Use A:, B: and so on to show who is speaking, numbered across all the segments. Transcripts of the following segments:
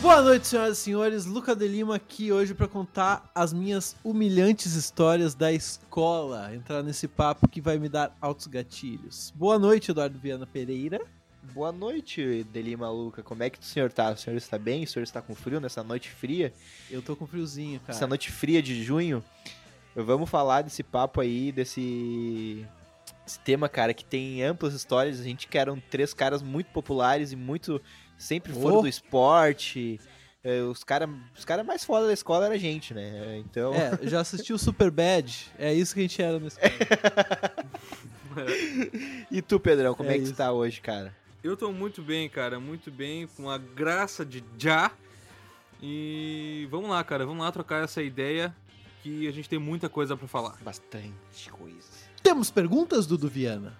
A: Boa noite, senhoras e senhores. Luca de Lima aqui hoje para contar as minhas humilhantes histórias da escola. Entrar nesse papo que vai me dar altos gatilhos. Boa noite, Eduardo Viana Pereira.
B: Boa noite, Delima Luca. Como é que o senhor tá? O senhor está bem? O senhor está com frio nessa noite fria?
A: Eu tô com friozinho, cara.
B: Essa noite fria de junho? Vamos falar desse papo aí, desse esse tema, cara, que tem amplas histórias. A gente que eram três caras muito populares e muito. Sempre foram
A: Oh.
B: do esporte. Eh, Os caras os cara mais foda da escola era a gente, né? Eh, Então.
A: É, eu já assisti o Super Bad. É isso que a gente era na escola.
B: E tu, Pedrão, como
A: É
B: é, que
A: isso.
B: tu tá hoje, cara?
C: Eu tô muito bem, cara, muito bem, com a graça de já. E vamos lá, cara, vamos lá trocar essa ideia que a gente tem muita coisa pra falar.
B: Bastante coisa.
A: Temos perguntas, Dudu Viana?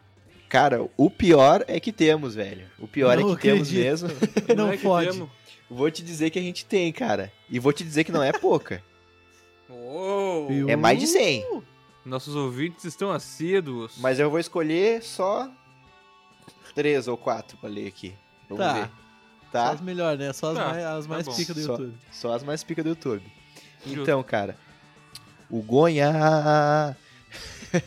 B: Cara, o pior é que temos, velho. O pior
A: Não
B: é que temos
A: acredito.
B: mesmo.
A: Não
C: é que
A: pode.
C: temos?
B: Vou te dizer que a gente tem, cara. E vou te dizer que não é pouca.
C: Uou!
A: Viu?
B: é mais de 100.
C: Nossos ouvintes estão assíduos.
B: Mas eu vou escolher só três ou quatro pra ler aqui. Vamos
A: Tá.
B: ver.
A: Só
B: Tá?
A: as melhores, né? Só as
C: Tá,
A: mais, as
C: tá
A: mais
C: bom.
A: pica do
B: Só-
A: YouTube.
B: Só as mais picas do YouTube. Então, cara. O Gonha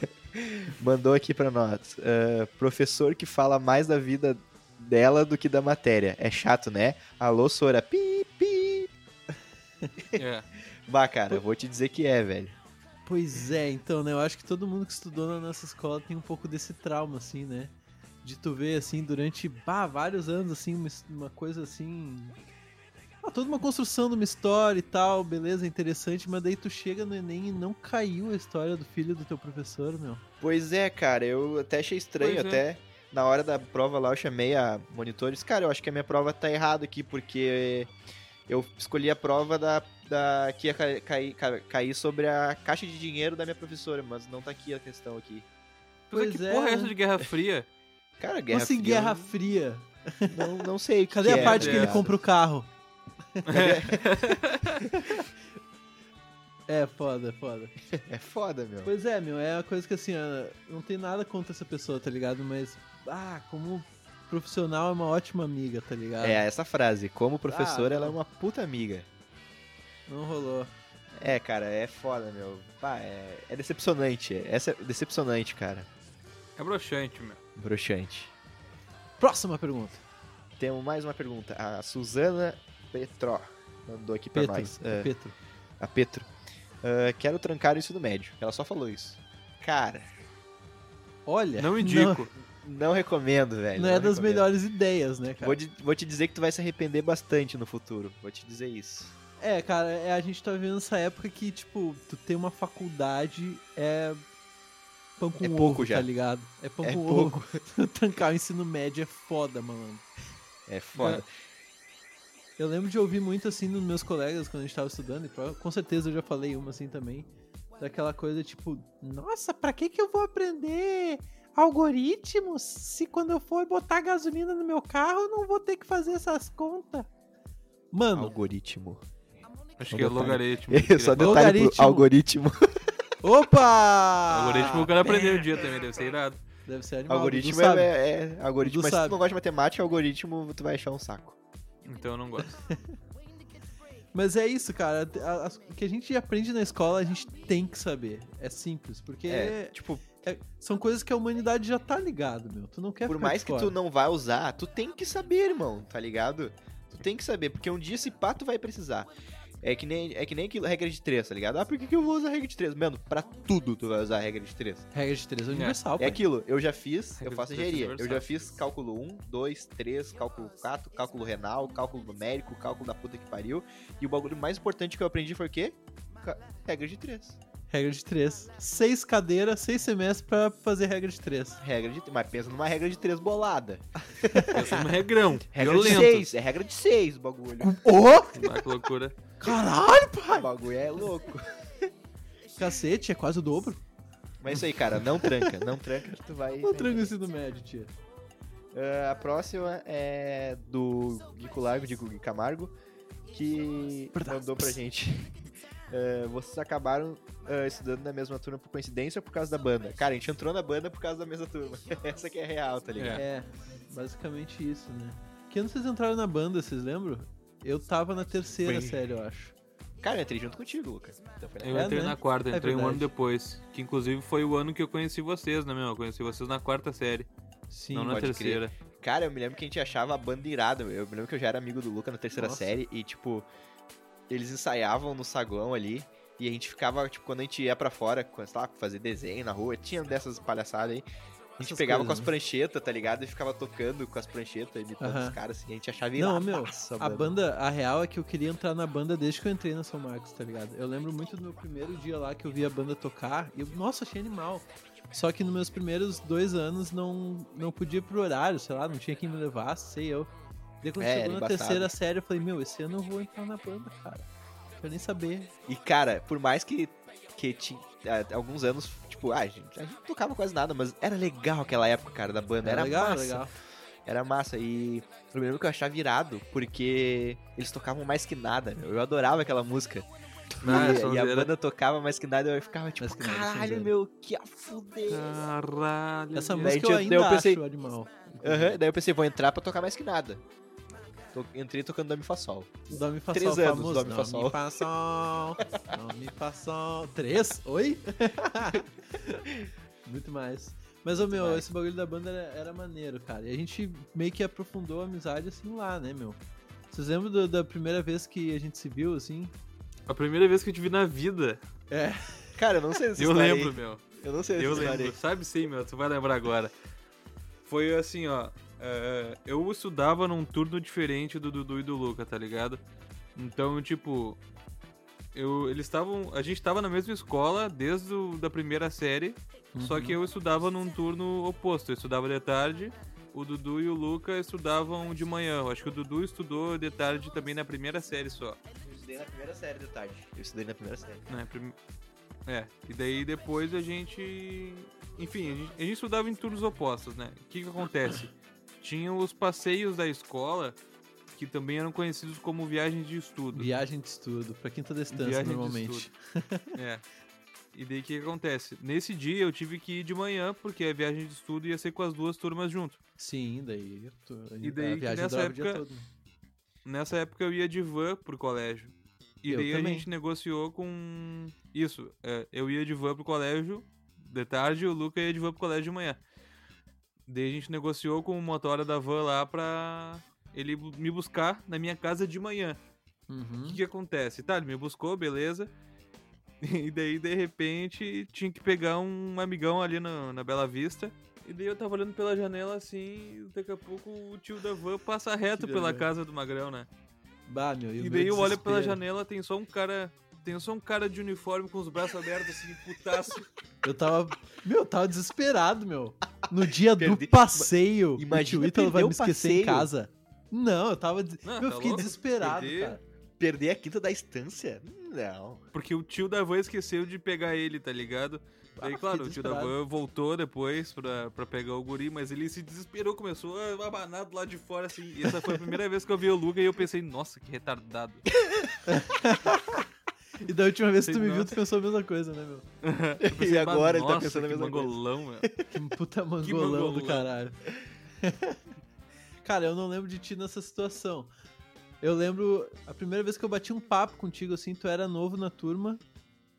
B: mandou aqui pra nós. "Ah, professor que fala mais da vida dela do que da matéria. É chato, né? Alô, Sora. Pi, pi.
C: É.
B: Bah, cara, eu vou te dizer que é, velho.
A: Pois é, então, né? Eu acho que todo mundo que estudou na nossa escola tem um pouco desse trauma, assim, né? De tu ver, assim, durante bah, vários anos, assim, uma, uma coisa assim. ah, toda uma construção de uma história e tal, beleza, interessante, mas daí tu chega no Enem e não caiu a história do filho do teu professor, meu.
B: Pois é, cara, eu até achei estranho,
C: Pois é.
B: até na hora da prova lá eu chamei a monitor e disse, cara, eu acho que a minha prova tá errada aqui, porque eu escolhi a prova da, da que ia ca- cair, ca- cair sobre a caixa de dinheiro da minha professora, mas não tá aqui a questão aqui.
C: Pois
A: Pois
C: que
A: é,
C: porra é
A: né?
C: essa de Guerra Fria?
B: Cara,
A: Guerra
B: Guerra
A: assim,
B: Fria,
A: Guerra Fria.
B: Não, não sei. o que
A: Cadê
B: é,
A: a parte
B: tá
A: que ele
B: ligado?
A: compra o carro?
C: É.
A: É, foda, foda.
B: É foda, meu.
A: Pois é, meu, é uma coisa que assim, ah, não tem nada contra essa pessoa, tá ligado? Mas, ah, como profissional é uma ótima amiga, tá ligado?
B: É, essa frase, como professora,
A: Ah,
B: ela é
A: não.
B: uma puta amiga.
A: Não rolou.
B: É, cara, é foda, meu. Pá, é, é decepcionante. Essa é decepcionante, cara.
C: é broxante, meu.
B: Bruxante.
A: Próxima pergunta.
B: Temos mais uma pergunta. A Suzana Petró mandou aqui pra
A: Petro.
B: nós.
A: é
B: É,
A: Petro.
B: a Petro. Ah, quero trancar o ensino médio. Ela só falou isso. Cara,
A: Olha.
C: Não indico.
B: não recomendo, velho.
A: Não, é das
B: recomendo.
A: melhores ideias, né, cara?
B: Vou, te- vou te dizer que tu vai se arrepender bastante no futuro. Vou te dizer isso.
A: É, cara, é, a gente tá vivendo essa época que, tipo, tu tem uma faculdade é. Pão com
B: É
A: ovo,
B: pouco já.
A: tá ligado? É pão
B: É
A: com
B: pouco.
A: ovo. Trancar o ensino médio é foda, mano.
B: É foda.
A: Eu lembro de ouvir muito assim nos meus colegas quando a gente tava estudando, e prova- com certeza eu já falei uma assim também, daquela coisa tipo, nossa, pra que que eu vou aprender algoritmos se quando eu for botar gasolina no meu carro eu não vou ter que fazer essas contas? Mano,
B: Algoritmo.
C: Acho que é logaritmo.
B: Só
C: Queria-
B: detalhe pro
A: Algaritmo.
B: algoritmo.
A: opa!
C: Logaritmo o cara aprendeu um dia também, deve ser irado.
A: Deve ser animal,
B: Algoritmo
A: Dudu sabe.
B: é, é- algoritmo,
A: Dudu
B: mas se
A: sabe.
B: tu não gosta de matemática, algoritmo tu vai achar um saco.
C: Então eu não gosto.
A: Mas é isso, cara, a- as- o que a gente aprende na escola a gente tem que saber, é simples, porque
B: É, tipo,
A: é- são coisas que a humanidade já tá ligado, meu, tu não quer
B: por
A: ficar de
B: mais que
A: fora.
B: tu não vá usar, tu tem que saber, irmão, tá ligado? Tu tem que saber, porque um dia esse pato vai precisar. É que nem, é que nem aquilo, regra de três, tá ligado? Ah, por que, que eu vou usar a regra de três? Mano, pra tudo tu vai usar a regra de três.
A: Regra de três é universal,
B: É
A: pai.
B: aquilo, eu já fiz, eu
C: Regra
B: faço
C: de três é
B: engenharia. Eu já
C: universal.
B: fiz cálculo 1, 2, 3, cálculo 4, cálculo renal, cálculo numérico, cálculo da puta que pariu. E o bagulho mais importante que eu aprendi foi o quê? Ca- Regra de três.
A: Regra de três. Seis cadeiras, seis semestres pra fazer regra de três.
B: Regra de Mas pensa numa regra de três bolada.
C: Eu sou um regrão.
B: Regra de
C: violento.
B: seis, é regra de seis o bagulho.
A: Oh!
C: Ah, que loucura.
A: Caralho!
B: O bagulho é louco.
A: Cacete, é quase o dobro.
B: Mas é isso aí, cara, não tranca, não tranca que tu vai.
A: Eu Um tranco isso no médio, tia.
B: Ah, a próxima é do Guico Largo, de Gui Camargo, que
A: Verdade.
B: mandou pra gente. Ah, vocês acabaram ah, estudando na mesma turma por coincidência ou por causa da banda? Cara, a gente entrou na banda por causa da mesma turma. Essa que é real, tá ligado?
A: É. basicamente isso, né? Que ano vocês entraram na banda, vocês lembram? Eu tava na terceira
B: Foi.
A: série, eu acho.
B: Cara, eu entrei junto contigo, Lucas. Então foi na
C: Eu
A: É,
C: entrei
A: né?
C: na quarta,
A: É
C: entrei um ano
A: verdade.
C: depois. Que inclusive foi o ano que eu conheci vocês, né, meu? Eu conheci vocês na quarta série,
A: Sim.
C: não na
B: pode crer.
C: terceira.
B: Cara, eu me lembro que a gente achava a banda irada. meu. Eu me lembro que eu já era amigo do Luca na terceira
A: Nossa.
B: série e, tipo, eles ensaiavam no saguão ali. E a gente ficava, tipo, quando a gente ia pra fora, quando, sei lá, fazer desenho na rua, tinha dessas palhaçadas aí. A gente
A: Essas
B: pegava
A: coisas,
B: com as
A: né?
B: pranchetas, tá ligado? E ficava tocando com as pranchetas, imitando
A: Aham.
B: os caras, assim. A gente achava
A: Não,
B: irado.
A: meu, A
B: banda.
A: banda, a real é que eu queria entrar na banda desde que eu entrei na São Marcos, tá ligado? Eu lembro muito do meu primeiro dia lá que eu vi a banda tocar e eu, nossa, achei animal. Só que nos meus primeiros dois anos não, não podia ir pro horário, sei lá, não tinha quem me levar, sei eu. Daí quando
B: É, era
A: chegou na
B: embaçado.
A: terceira série, eu falei, meu, esse ano eu vou entrar na banda, cara. Não quero nem saber.
B: E, cara, por mais que, que ti- há alguns anos, tipo, ah, a gente, a gente não tocava quase nada, mas era legal aquela época, cara, da banda. Era,
A: legal,
B: massa.
A: legal.
B: Era massa. E eu me lembro que eu achava irado, porque eles tocavam mais que nada, meu. Eu adorava aquela música.
C: Ah,
B: e,
C: essa
B: e a
C: zoeira.
B: banda é tocava mais que nada, eu ficava tipo,
A: Mais que nada, essa
B: caralho,
A: zoeira."
B: meu, que a fuder.
C: Caralho.
A: Essa é
C: meu.
B: Daí
A: música eu
B: eu-
A: ainda
B: eu pensei-
A: acho animal.
B: Aham, Daí eu pensei, vou entrar pra tocar mais que nada. To- Entrei tocando Dami Fá Sol.
A: Dó me
B: Três
A: passou
B: anos,
A: famoso.
B: Dó mi fá
A: Não
B: sol.
A: me passou. Não me passou. Três? Oi? Muito mais. Mas, ô, meu,
B: mais.
A: esse bagulho da banda era, era maneiro, cara. E a gente meio que aprofundou a amizade assim lá, né, meu? Vocês lembram do- da primeira vez que a gente se viu, assim?
C: A primeira vez que eu te vi na vida.
A: É.
B: Cara, eu não sei se
C: eu lembro, meu.
B: Eu não sei
C: Eu
B: essa história
C: lembro. Sabe sim, meu. Tu vai lembrar agora. Foi assim, ó. é, eu estudava num turno diferente do Dudu e do Luca, tá ligado? Então, tipo. Eu, eles estavam. A gente tava na mesma escola desde o, da primeira série. Só que eu estudava num turno oposto. Eu estudava de tarde, o Dudu e o Luca estudavam de manhã. Eu acho que o Dudu estudou de tarde também na primeira série só.
B: Eu estudei na primeira série de tarde. Eu estudei na primeira série.
C: né? Prim- É, e daí depois a gente. Enfim, a gente, a gente estudava em turnos opostos, né? O que, que acontece? Tinha os passeios da escola, que também eram conhecidos como viagens de estudo.
A: Viagem de estudo, pra quinta distância,
C: Viagem de
A: normalmente.
C: estudo. É. E daí o que, que acontece? Nesse dia eu tive que ir de manhã, porque a viagem de estudo ia ser com as duas turmas junto.
A: Sim, daí. tu-
C: E daí
A: a
C: que
A: viagem
C: nessa
A: durava o dia
C: época-
A: todo.
C: Nessa época eu ia de van pro colégio. E
A: Eu
C: daí a
A: também.
C: gente negociou com. Isso, é, eu ia de van pro colégio de tarde e o Luca ia de van pro colégio de manhã. Daí a gente negociou com o motora da van lá pra ele bu- me buscar na minha casa de manhã. O
A: Uhum.
C: que, que acontece? Tá, ele me buscou, beleza. E daí, de repente, tinha que pegar um amigão ali na, na Bela Vista. E daí eu tava olhando pela janela assim, e daqui a pouco o tio da van passa reto pela
A: vergonha.
C: casa do Magrão, né?
A: Bah, meu, e, o
C: E
A: meu
C: daí eu olho pela
A: desespero.
C: janela, tem só um cara. Tem só um cara de uniforme com os braços abertos, assim, putaço.
A: Eu tava. Meu, eu tava desesperado, meu. No dia
B: Perdi-
A: do passeio.
B: Imagina
A: o tio Ítalo vai
B: perder
A: me
B: o
A: esquecer
B: passeio.
A: em casa. Não, eu tava. des-
C: Não,
A: meu, eu
C: tá
A: fiquei
C: louco?
A: desesperado,
C: Perder?
A: cara.
B: Perder a quinta da estância? Não.
C: Porque o tio da van esqueceu de pegar ele, tá ligado? Daí,
A: Ah,
C: claro,
A: que
C: o tio da
A: desesperado.
C: van voltou depois pra, pra pegar o guri, mas ele se desesperou, começou a abanar do lado de fora, assim. E essa foi a primeira vez que eu vi o Luca e eu pensei, nossa, que retardado.
A: E da última vez que
C: Sei
A: tu me
C: não.
A: viu, tu pensou a mesma coisa, né, meu?
C: Eu pensei,
B: E agora
C: "Bah,
B: ele tá
C: nossa,
B: pensando a
C: que
B: mesma
C: mangolão, meu.
A: Que puta mangolão do
C: mangolão.
A: caralho. cara, eu não lembro de ti nessa situação. Eu lembro. A primeira vez que eu bati um papo contigo, assim, tu era novo na turma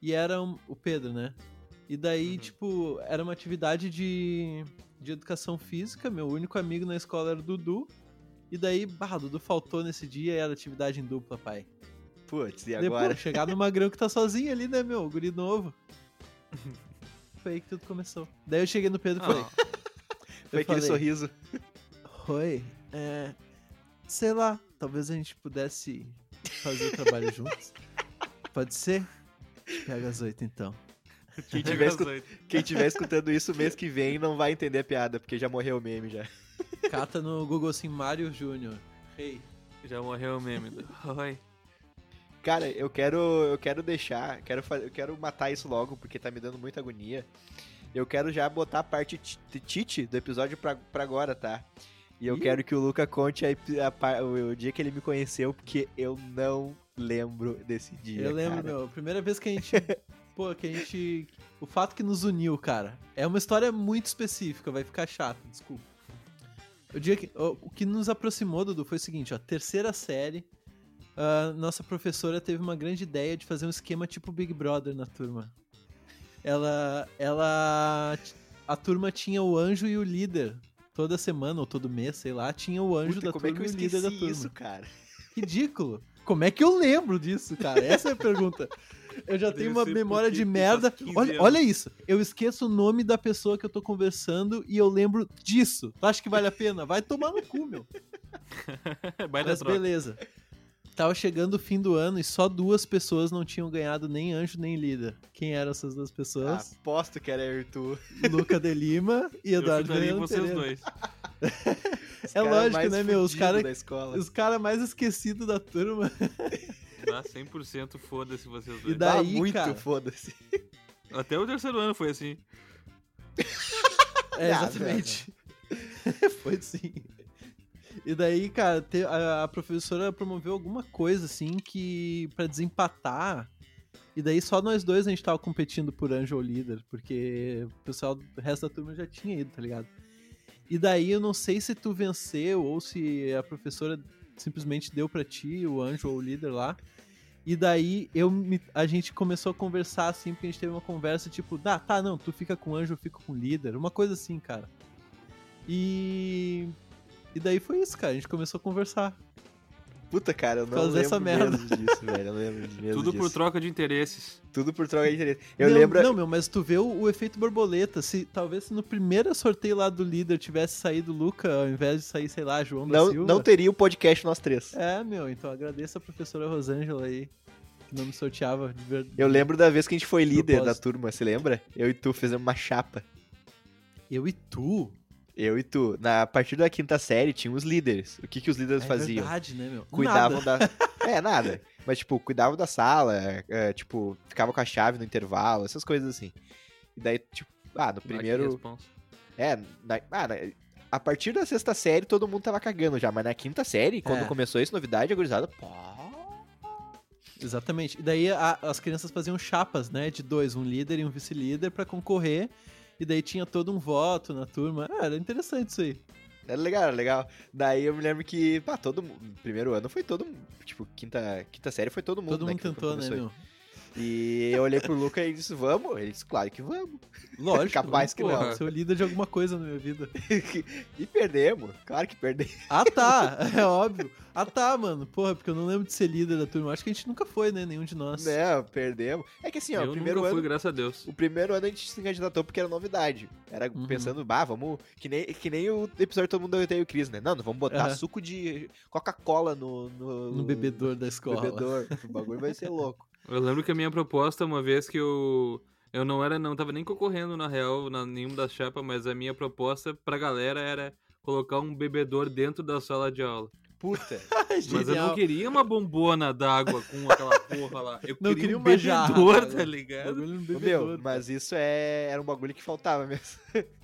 A: e era um- o Pedro, né? E daí,
C: Uhum.
A: tipo, era uma atividade de, de educação física. Meu único amigo na escola era o Dudu. E daí, bah, o Dudu faltou nesse dia e era atividade em dupla, pai.
B: Putz, e
A: Depois,
B: agora?
A: chegar no magrão que tá sozinho ali, né, meu? Guri novo. Foi aí que tudo começou. Daí eu cheguei no Pedro e falei.
C: Ah,
B: Foi
A: eu
B: aquele
A: falei,
B: sorriso.
A: Oi, é. Sei lá, talvez a gente pudesse fazer o trabalho juntos. Pode ser? Te Pega às oito então.
B: Quem tiver, escu-
C: razão.
B: quem tiver escutando isso mês que vem não vai entender a piada, porque já morreu o meme já.
A: Cata no Google assim, Mário Júnior. Ei.
C: Já morreu o meme. do- Oi.
B: Cara, eu quero, eu quero deixar, quero, fa- eu quero matar isso logo, porque tá me dando muita agonia. Eu quero já botar a parte ti- ti- Tite do episódio pra, pra agora, tá? E eu
A: Ih.
B: quero que o Luca conte a epi- a par- o, o dia que ele me conheceu, porque eu não lembro desse dia.
A: Eu lembro,
B: cara.
A: meu, a primeira vez que a gente. Pô, que a gente. O fato que nos uniu, cara. É uma história muito específica, vai ficar chato, desculpa. O dia que. O, o que nos aproximou, Dudu, foi o seguinte, ó. Terceira série. ah, nossa professora teve uma grande ideia de fazer um esquema tipo Big Brother na turma. Ela, ela, a turma tinha o anjo e o líder. Toda semana ou todo mês, sei lá, tinha o anjo tá da
B: Puta, como é
A: turma
B: que eu
A: e o líder da
B: esqueci
A: turma.
B: isso, cara?
A: Ridículo. Como é que eu lembro disso, cara? Essa é a pergunta. Eu já
C: Deve
A: tenho uma
C: ser
A: memória
C: porque
A: de
C: tu
A: merda.
C: faz 15
A: Olha,
C: anos.
A: olha isso. Eu esqueço o nome da pessoa que eu tô conversando e eu lembro disso. Tu acha que vale a pena? Vai tomar no cu, meu.
C: Vai na
A: Mas
C: troca.
A: beleza. Tava chegando o fim do ano e só duas pessoas não tinham ganhado nem anjo nem líder. Quem eram essas duas pessoas?
B: Aposto que era eu e tu.
A: Luca de Lima e
C: Ah. Eu
A: Eduardo
C: chutaria
A: Verano
C: vocês
A: Pereira.
C: dois.
B: Os
A: É
B: cara
A: lógico,
B: mais
A: né, meu? Os
B: fudido
A: cara-
B: da escola.
A: Os caras mais esquecidos da turma.
C: Tá? 100% foda-se vocês dois.
A: E daí,
B: Ah, muito,
A: cara?
B: foda-se.
C: Até o terceiro ano foi assim.
A: É,
B: Ah,
A: exatamente. Foi sim. E daí, cara, te- a, a professora promoveu alguma coisa assim que pra desempatar. E daí só nós dois a gente tava competindo por anjo ou líder, porque o pessoal do resto da turma já tinha ido, tá ligado? E daí eu não sei se tu venceu ou se a professora simplesmente deu pra ti o anjo ou o líder lá. E daí eu me- a gente começou a conversar assim, porque a gente teve uma conversa tipo, ah, tá, não, tu fica com o anjo, eu fico com o líder, uma coisa assim, cara. E e daí foi isso, cara, a gente começou a conversar.
B: Puta, cara, eu não
A: causa
B: lembro
A: dessa
B: mesmo disso, velho. Eu não lembro mesmo
C: Tudo
B: disso.
C: por troca de interesses.
B: Tudo por troca de interesse. Eu
A: não,
B: lembro...
A: Não, meu, mas tu vê o, o efeito borboleta, se talvez se no primeiro sorteio lá do líder tivesse saído o Luca, ao invés de sair, sei lá, João da
B: não,
A: Silva.
B: não teria o podcast nós três.
A: É, meu, então agradeço a professora Rosângela aí, que não me sorteava de verdade.
B: Eu lembro da vez que a gente foi líder da
A: Propósito.
B: turma, você lembra? Eu e tu fizemos uma chapa.
A: Eu e tu?
B: Eu e tu. Na, a partir da quinta série tinha os líderes. O que, que os líderes
A: É
B: faziam?
A: verdade, né, meu?
B: Cuidavam
A: Nada.
B: da. É, nada. Mas, tipo, cuidavam da sala, é, tipo, ficava com a chave no intervalo, essas coisas assim. E daí, tipo, ah, no
C: Ah, que
B: primeiro.
C: responsa.
B: É, na- ah, na- a partir da sexta série todo mundo tava cagando já, mas na quinta série,
A: É.
B: quando começou isso, novidade, a gurizada. pá,
A: Exatamente. E daí a- as crianças faziam chapas, né? De dois, um líder e um vice-líder pra concorrer. E daí tinha todo um voto na turma. Ah, era interessante isso aí.
B: Era legal, era legal. tá Daí eu me lembro que, pá, todo mundo. Primeiro ano foi todo mundo. Tipo, quinta, quinta série foi todo mundo.
A: todo
B: né,
A: mundo
B: que foi
A: tentou, né,
B: começou
A: meu?
B: isso. E eu olhei pro Luca e disse, vamos? Ele disse, claro que vamos.
A: Lógico.
B: Capaz que
A: porra,
C: não.
A: Ser o líder de alguma coisa na minha vida.
B: E perdemos, claro que perdemos.
A: Ah, tá. É óbvio. Ah, tá, mano. Porra, porque eu não lembro de ser líder da turma. Acho que a gente nunca foi, né? Nenhum de nós.
B: Não, perdemos. É que assim, ó,
C: eu
B: o primeiro
C: nunca
B: ano.
C: fui, graças a Deus.
B: O primeiro ano a gente se candidatou porque era novidade. Era
A: Uhum.
B: pensando, bah, vamos. Que nem, que nem o episódio Todo Mundo Odeia o Cris, né? Não, não vamos botar
A: Aham.
B: suco de Coca-Cola no. No,
A: No bebedor da
B: no
A: escola.
B: bebedor. O bagulho vai ser louco.
C: Eu lembro que a minha proposta, uma vez que eu. Eu não era, não tava nem concorrendo, na real, na nenhuma das chapas, mas a minha proposta pra galera era colocar um bebedor dentro da sala de aula.
B: Puta.
C: Mas eu
A: Genial.
C: não queria uma bombona d'água com aquela porra lá. Eu
A: Não
C: queria,
A: queria
C: um
A: uma jarra,
C: bebedor,
A: cara.
C: tá ligado?
A: Bagulho no
B: Ô,
A: bebedor. né?
B: Meu, mas isso é, era um bagulho que faltava mesmo.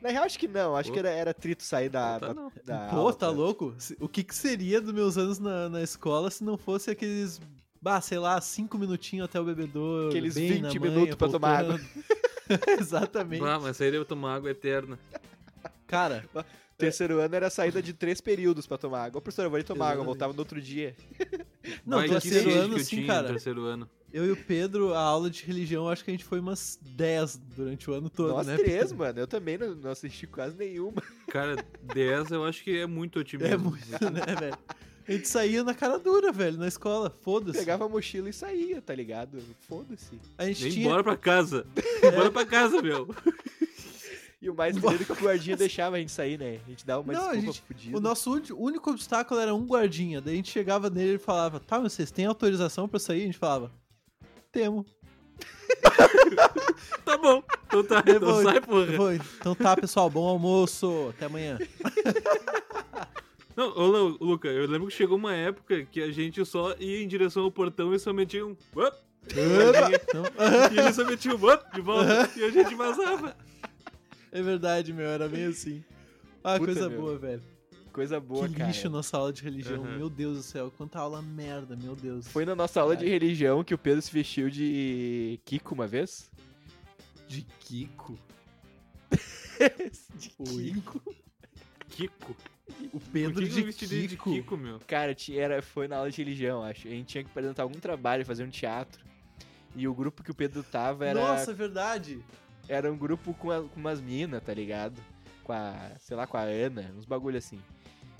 B: Na real, acho que não. Acho
C: Pô.
B: que era, era trito sair da.
C: Tá,
B: da,
C: não.
B: da
A: Pô,
B: aula,
A: tá
B: né?
A: louco? Se- O que, que seria dos meus anos na, na escola se não fosse aqueles, bah, sei lá, cinco minutinhos até o bebedor.
B: Aqueles
A: bem na
B: 20
A: manhã,
B: minutos pra tomar
A: voltando. Exatamente.
C: Ah, mas aí eu tomar água eterna.
A: Cara,
B: Terceiro ano era a saída de três períodos pra tomar água. Ô, professor, eu vou ali tomar água.
A: Exatamente.
B: Voltava no outro dia.
A: não,
C: Vai, que
A: terceiro
C: sede
A: ano,
C: que eu
A: assim,
C: tinha no
A: cara.
C: terceiro ano.
A: Eu e o Pedro, a aula de religião, acho que a gente foi umas 10 durante o ano todo,
B: Nós
A: né?
B: três,
A: Pedro?
B: mano. Eu também não, não assisti quase nenhuma.
C: Cara, 10 eu acho que é muito otimismo.
A: É muito, né, velho? A gente saía na cara dura, velho, na escola. Foda-se.
B: Pegava a mochila e saía, tá ligado? Foda-se.
A: A gente
C: Vem
A: tinha.
C: embora pra casa. Bora pra casa, meu.
B: E o mais doido é que o guardinha deixava a gente sair, né? A gente dava uma
A: Não, a
B: desculpa
A: gente-
B: fodida.
A: O nosso ulti- único obstáculo era um guardinha. Daí a gente chegava nele e ele falava: Tá, mas vocês têm autorização pra eu sair? A gente falava: Temo.
C: Tá bom. Então tá,
A: Eu
C: então
A: vou-
C: sai,
A: Eu
C: porra.
A: vou, então tá, pessoal, bom almoço. Até amanhã.
C: Não, ô, Lu- Luca, eu lembro que chegou uma época que a gente só ia em direção ao portão e só metia um. "Up",
A: Não,
C: E ele só metia um up de volta e a gente vazava.
A: é verdade, meu, era meio assim. Ah,
B: Puta,
A: coisa
B: meu.
A: boa, velho.
B: Coisa boa,
A: que
B: cara.
A: lixo nossa aula de religião.
C: Uhum.
A: Meu Deus do céu, quanta aula merda, meu Deus.
B: Foi na nossa aula de religião que o Pedro se vestiu de Kiko uma vez?
A: de Kiko.
B: de
A: Ui.
B: Kiko.
C: Kiko.
A: O Pedro
C: Por que que eu
A: de
C: vestiria de
A: Kiko.
C: Kiko, meu?
B: Cara, ti- era, foi na aula de religião, acho. A gente tinha que apresentar algum trabalho, fazer um teatro. E o grupo que o Pedro tava era,
A: Nossa, é verdade.
B: era um grupo com, a- com umas minas, tá ligado? Com a, sei lá, com a Ana, uns bagulho assim.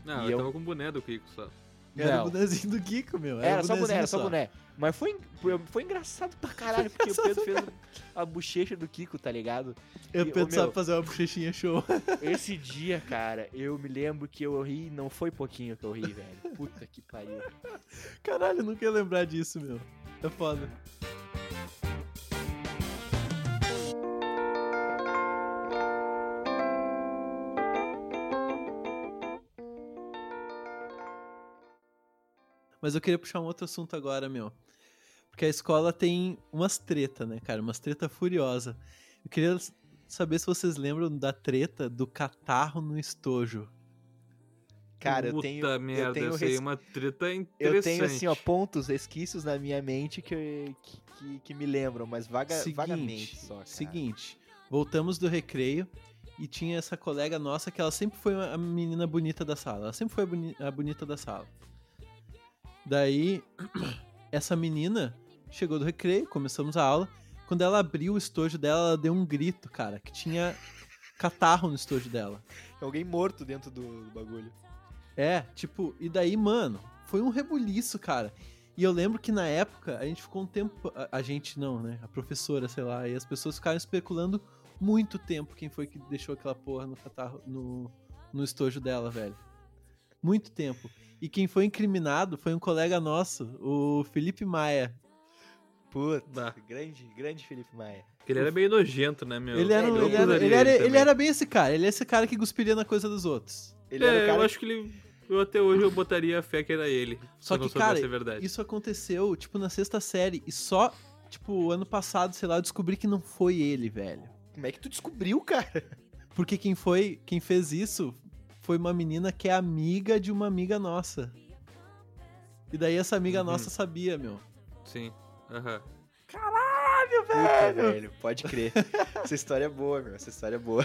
C: Não,
B: E
C: eu
B: eu-
C: tava com o boné do Kiko só.
A: Era
B: Não.
A: o bonezinho do Kiko, meu.
B: Era,
A: o
B: só boné, era
A: bonezinho
B: só boné. Mas foi, en- foi engraçado pra caralho, porque o Pedro fez a bochecha do Kiko, tá ligado?
A: Eu
B: E, ô,
A: penso sabe
B: meu-
A: fazer uma bochechinha show.
B: Esse dia, cara, eu me lembro que eu ri, não foi pouquinho que eu ri, velho. Puta que pariu.
A: Caralho, eu não quero lembrar disso, meu. É foda. Mas eu queria puxar um outro assunto agora, meu. Porque a escola tem umas treta, né, cara? Umas treta furiosa. Eu queria s- saber se vocês lembram da treta do catarro no estojo.
B: Cara, eu
C: Puta
B: tenho.
C: merda,
B: eu tenho
C: essa aí é
B: res-
C: uma treta interessante.
B: Eu tenho, assim, ó, pontos, resquícios na minha mente que, que, que- que me lembram, mas vaga, vagamente só, cara.
A: Seguinte, voltamos do recreio e tinha essa colega nossa que ela sempre foi a menina bonita da sala. Ela sempre foi a, boni- a bonita da sala. Daí, essa menina chegou do recreio, começamos a aula. Quando ela abriu o estojo dela, ela deu um grito, cara, que tinha catarro no estojo dela.
B: Tem alguém morto dentro do, do bagulho.
A: É, tipo, e daí, mano, foi um rebuliço, cara. E eu lembro que na época a gente ficou um tempo. A, a gente não, né? A professora, sei lá, e as pessoas ficaram especulando muito tempo quem foi que deixou aquela porra no catarro, no, no estojo dela, velho. Muito tempo. E quem foi incriminado foi um colega nosso, o Felipe Maia.
B: Puta,
C: Bah.
B: grande, grande Felipe Maia.
C: Porque ele era meio nojento, né, meu?
A: Ele era,
B: eu
A: um- ele, era,
C: usaria
A: ele, era,
C: ele
A: ele
C: também.
A: era bem esse cara, ele é esse cara que cuspiria na coisa dos outros.
B: Ele
C: é,
B: era o cara
C: eu acho que ele. Eu até hoje eu botaria a fé que era ele.
A: Só
C: se eu não
A: que, cara,
C: soubesse a verdade.
A: Isso aconteceu, tipo, na sexta série e só, tipo, ano passado, sei lá, eu descobri que não foi ele, velho.
B: que- Como é que tu descobriu, cara?
A: Porque quem foi, quem fez isso foi uma menina que é amiga de uma amiga nossa. E daí essa amiga
C: Uhum.
A: nossa sabia, meu.
C: Sim. Aham.
B: Puta, velho, pode crer. Essa história é boa, meu, essa história é boa.